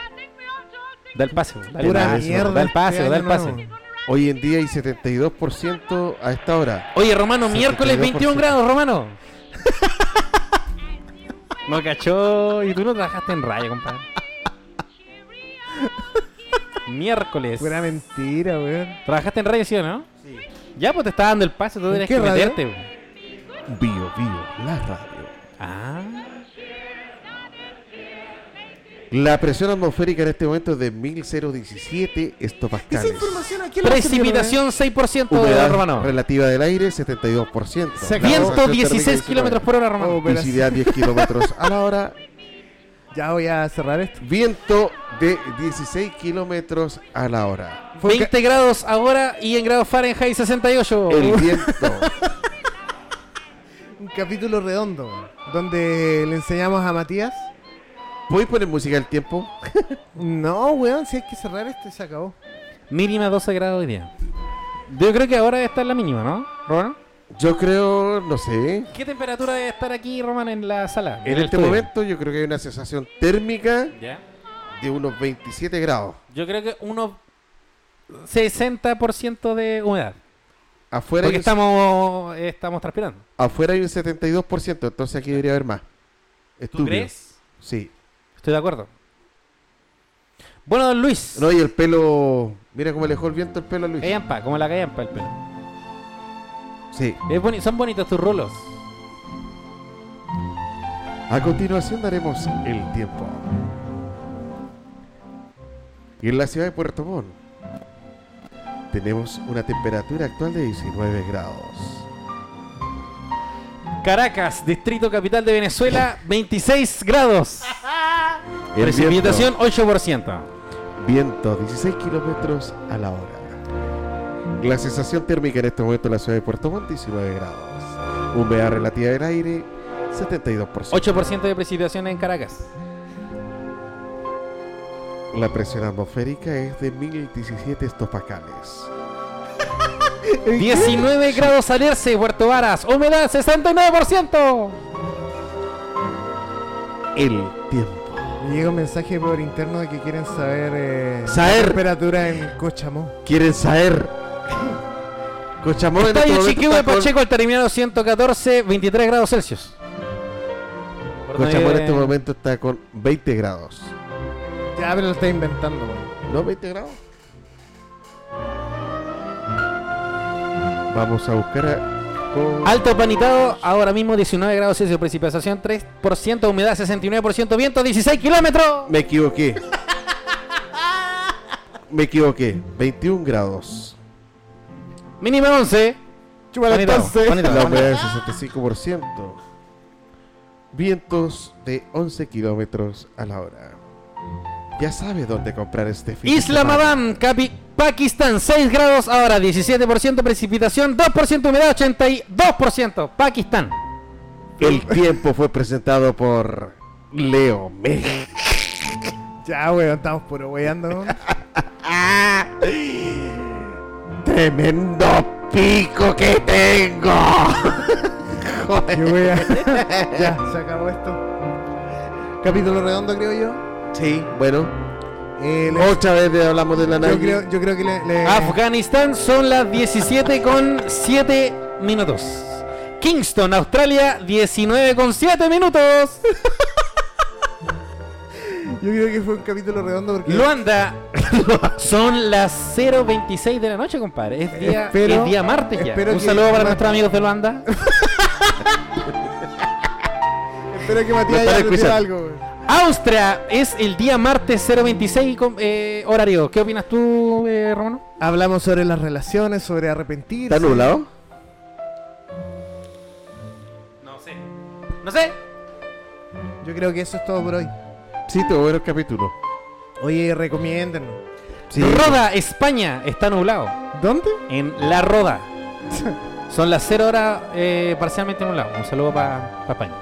Da el pase. po, dale, Pura da el pase, mierda. Da el pase, este da el año pase. nuevo. hoy en día hay 72% a esta hora Oye, Romano, miércoles 72%. 21 grados, Romano. No cachó. Y tú no trabajaste en raya, compadre. miércoles. Pura mentira, weón. ¿Trabajaste en radio, sí o no? Sí. Ya, pues te estaba dando el pase, tú tenías qué que radio? meterte. po. bio bio la radio Ah. La presión atmosférica en este momento es de 1017 Esa hectopascales. información aquí Precipitación 6% de Humedad Romano. relativa del aire 72%. Se La acabó. concentración 116 térmica, kilómetros por hora, Romano. Oh, Visibilidad 10 kilómetros a la hora. Ya voy a cerrar esto. Viento de 16 kilómetros a la hora. Fue un ca- 20 grados ahora y en grados Fahrenheit 68. Oh. El viento. un capítulo redondo, weón, donde le enseñamos a Matías. ¿Puedes poner música al tiempo? No, weón, si hay que cerrar esto y se acabó. Mínima 12 grados hoy día. Yo creo que ahora está en la mínima, ¿no, Romano? Yo creo, no sé. ¿Qué temperatura debe estar aquí, Roman, en la sala? En el este estudio? momento yo creo que hay una sensación térmica ¿Ya? de unos 27 grados. Yo creo que unos 60% de humedad. Afuera hay, Porque un, estamos, eh, estamos transpirando. afuera hay un 72%, entonces aquí debería haber más. ¿Tú Estúpido. crees? Sí. Estoy de acuerdo. Bueno, don Luis. No, y el pelo... Mira cómo le dejó el viento el pelo a Luis. Callampa, como la callampa el pelo. Sí. Es boni- son bonitos tus rulos. A continuación daremos el tiempo. Y en la ciudad de Puerto Montt tenemos una temperatura actual de 19 grados. Caracas, distrito capital de Venezuela, 26 grados. El Precipitación 8%. Viento 16 kilómetros a la hora. La sensación térmica en este momento en la ciudad de Puerto Montt 19 grados. Humedad relativa del aire 72%. 8% de precipitación en Caracas. La presión atmosférica es de 1017 estopacales. 19 grados al Erce, Puerto Varas. Humedad 69%. El tiempo. Me llega un mensaje por interno de que quieren saber eh, Saber. la temperatura en Cochamó. Quieren saber. Cochamón en este Estadio momento Chiquihue está con- Pacheco al terminado 114, 23 grados Celsius. Cochamón en este Eh, momento está con 20 grados. Ya, pero lo está inventando, weón. ¿No 20 grados? Vamos a buscar a... con- Alto Panitado, ahora mismo 19 grados Celsius, precipitación 3%, humedad 69%, viento 16 kilómetros. Me equivoqué. Me equivoqué. 21 grados. Mínima 11. Chúpala Bonito, entonces. bonito. La humedad es 65%. Vientos de 11 kilómetros a la hora. Ya sabes dónde comprar este fin de semana. Islamabad, capi- Pakistán, 6 grados ahora, 17% precipitación, 2% humedad, 82%. Pakistán. El tiempo fue presentado por Leo Mej. Ya, weón, estamos puro weyando. weón. Tremendo pico que tengo. Qué wea. ya, se acabó esto. Capítulo redondo, creo yo. Sí, bueno. Eh, le- Otra vez le hablamos de la yo, nave. creo, yo creo que le. le- Ah, Afganistán son las 17 con 7 minutos. Kingston, Australia, 19 con 7 minutos. yo creo que fue un capítulo redondo porque. Luanda, son las 0.26 de la noche, compadre. Es día, Espero- es día martes ya. espero Un que- saludo para nuestros amigos de Luanda. Espero que Matías Lo haya están aprendido escuchando. algo, weón. Austria es el día martes 0.26 con, eh, horario. ¿Qué opinas tú, eh, Romano? Hablamos sobre las relaciones, sobre arrepentirse. ¿Está nublado? No sé. No sé. Yo creo que eso es todo por hoy. Sí, tuvo buenos capítulos. Oye, recomiéndennos. Sí. Roda, España, está nublado. ¿Dónde? En La Roda. Son las 0 horas eh, parcialmente nublado. Un saludo para España.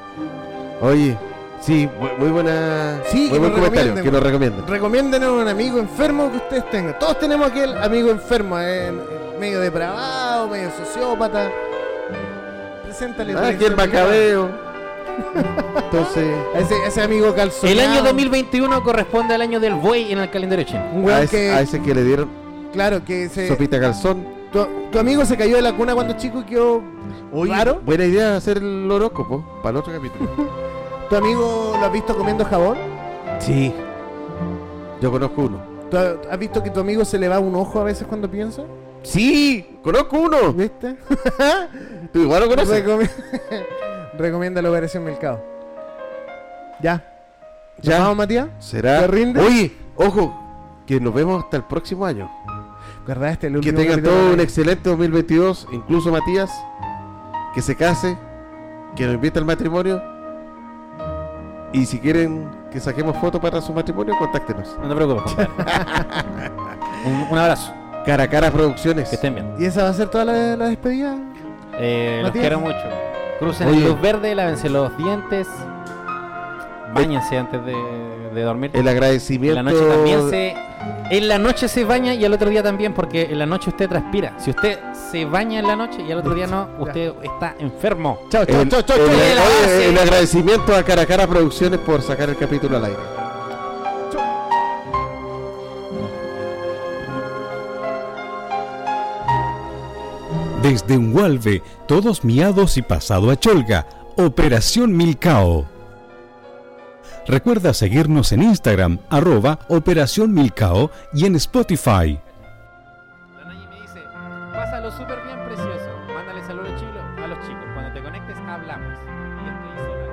Oye, sí, muy, muy buena. Sí, muy que buen nos comentario, recomienden. que nos recomienden. Recomiéndenos a un amigo enfermo que ustedes tengan. Todos tenemos aquel amigo enfermo, eh, medio depravado, medio sociópata. Preséntale. por Ah, aquí el ejemplo, macabeo. Entonces, A ese, a ese amigo calzón. El año 2021 corresponde al año del buey en el calendario chino. Un a weón ese, que, a ese que le dieron claro, que se, sopita calzón. tu, tu amigo se cayó de la cuna cuando chico y quedó Oye, raro. buena idea hacer el horóscopo para el otro capítulo. Tu amigo lo has visto comiendo jabón. sí. Yo conozco uno. ¿Tú ha- has visto que tu amigo se le va un ojo a veces cuando piensa? Sí, conozco uno. ¿Viste? Tú igual lo conoces. Recomi- Recomienda la operación Mercado. Ya. Ya. ¿Ya vamos, Matías? ¿Será? ¿Te rindes? Oye, ojo, que nos vemos hasta el próximo año. ¿Verdad? Este es el Que último tengan capítulo todo de- un excelente 2022, incluso Matías, que se case, que nos invite al matrimonio. Y si quieren que saquemos fotos para su matrimonio, contáctenos. No te preocupes, compadre. un, un abrazo. Cara a cara producciones. Que estén bien. ¿Y esa va a ser toda la, la despedida? Eh, los Matías. quiero mucho. Crucen Oye. el luz verde, lávense los dientes. Báñense antes de, de dormir. El En agradecimiento. la noche también se En la noche se baña y al otro día también, porque en la noche usted transpira. Si usted se baña en la noche y al otro día no, usted está enfermo. Chao, chao, El, chao, chao. el- chau, oye, lavarse. el agradecimiento a Cara a Cara Producciones por sacar el capítulo al aire. Desde Ungualve, todos miados y pasado a Cholga, Operación Milcao. Recuerda seguirnos en Instagram, arroba Operación Milcao y en Spotify. La Nayi me dice, pásalo súper bien, precioso. Mándale saludos chilo- a los chicos. Cuando te conectes, hablamos. Y estoy sola.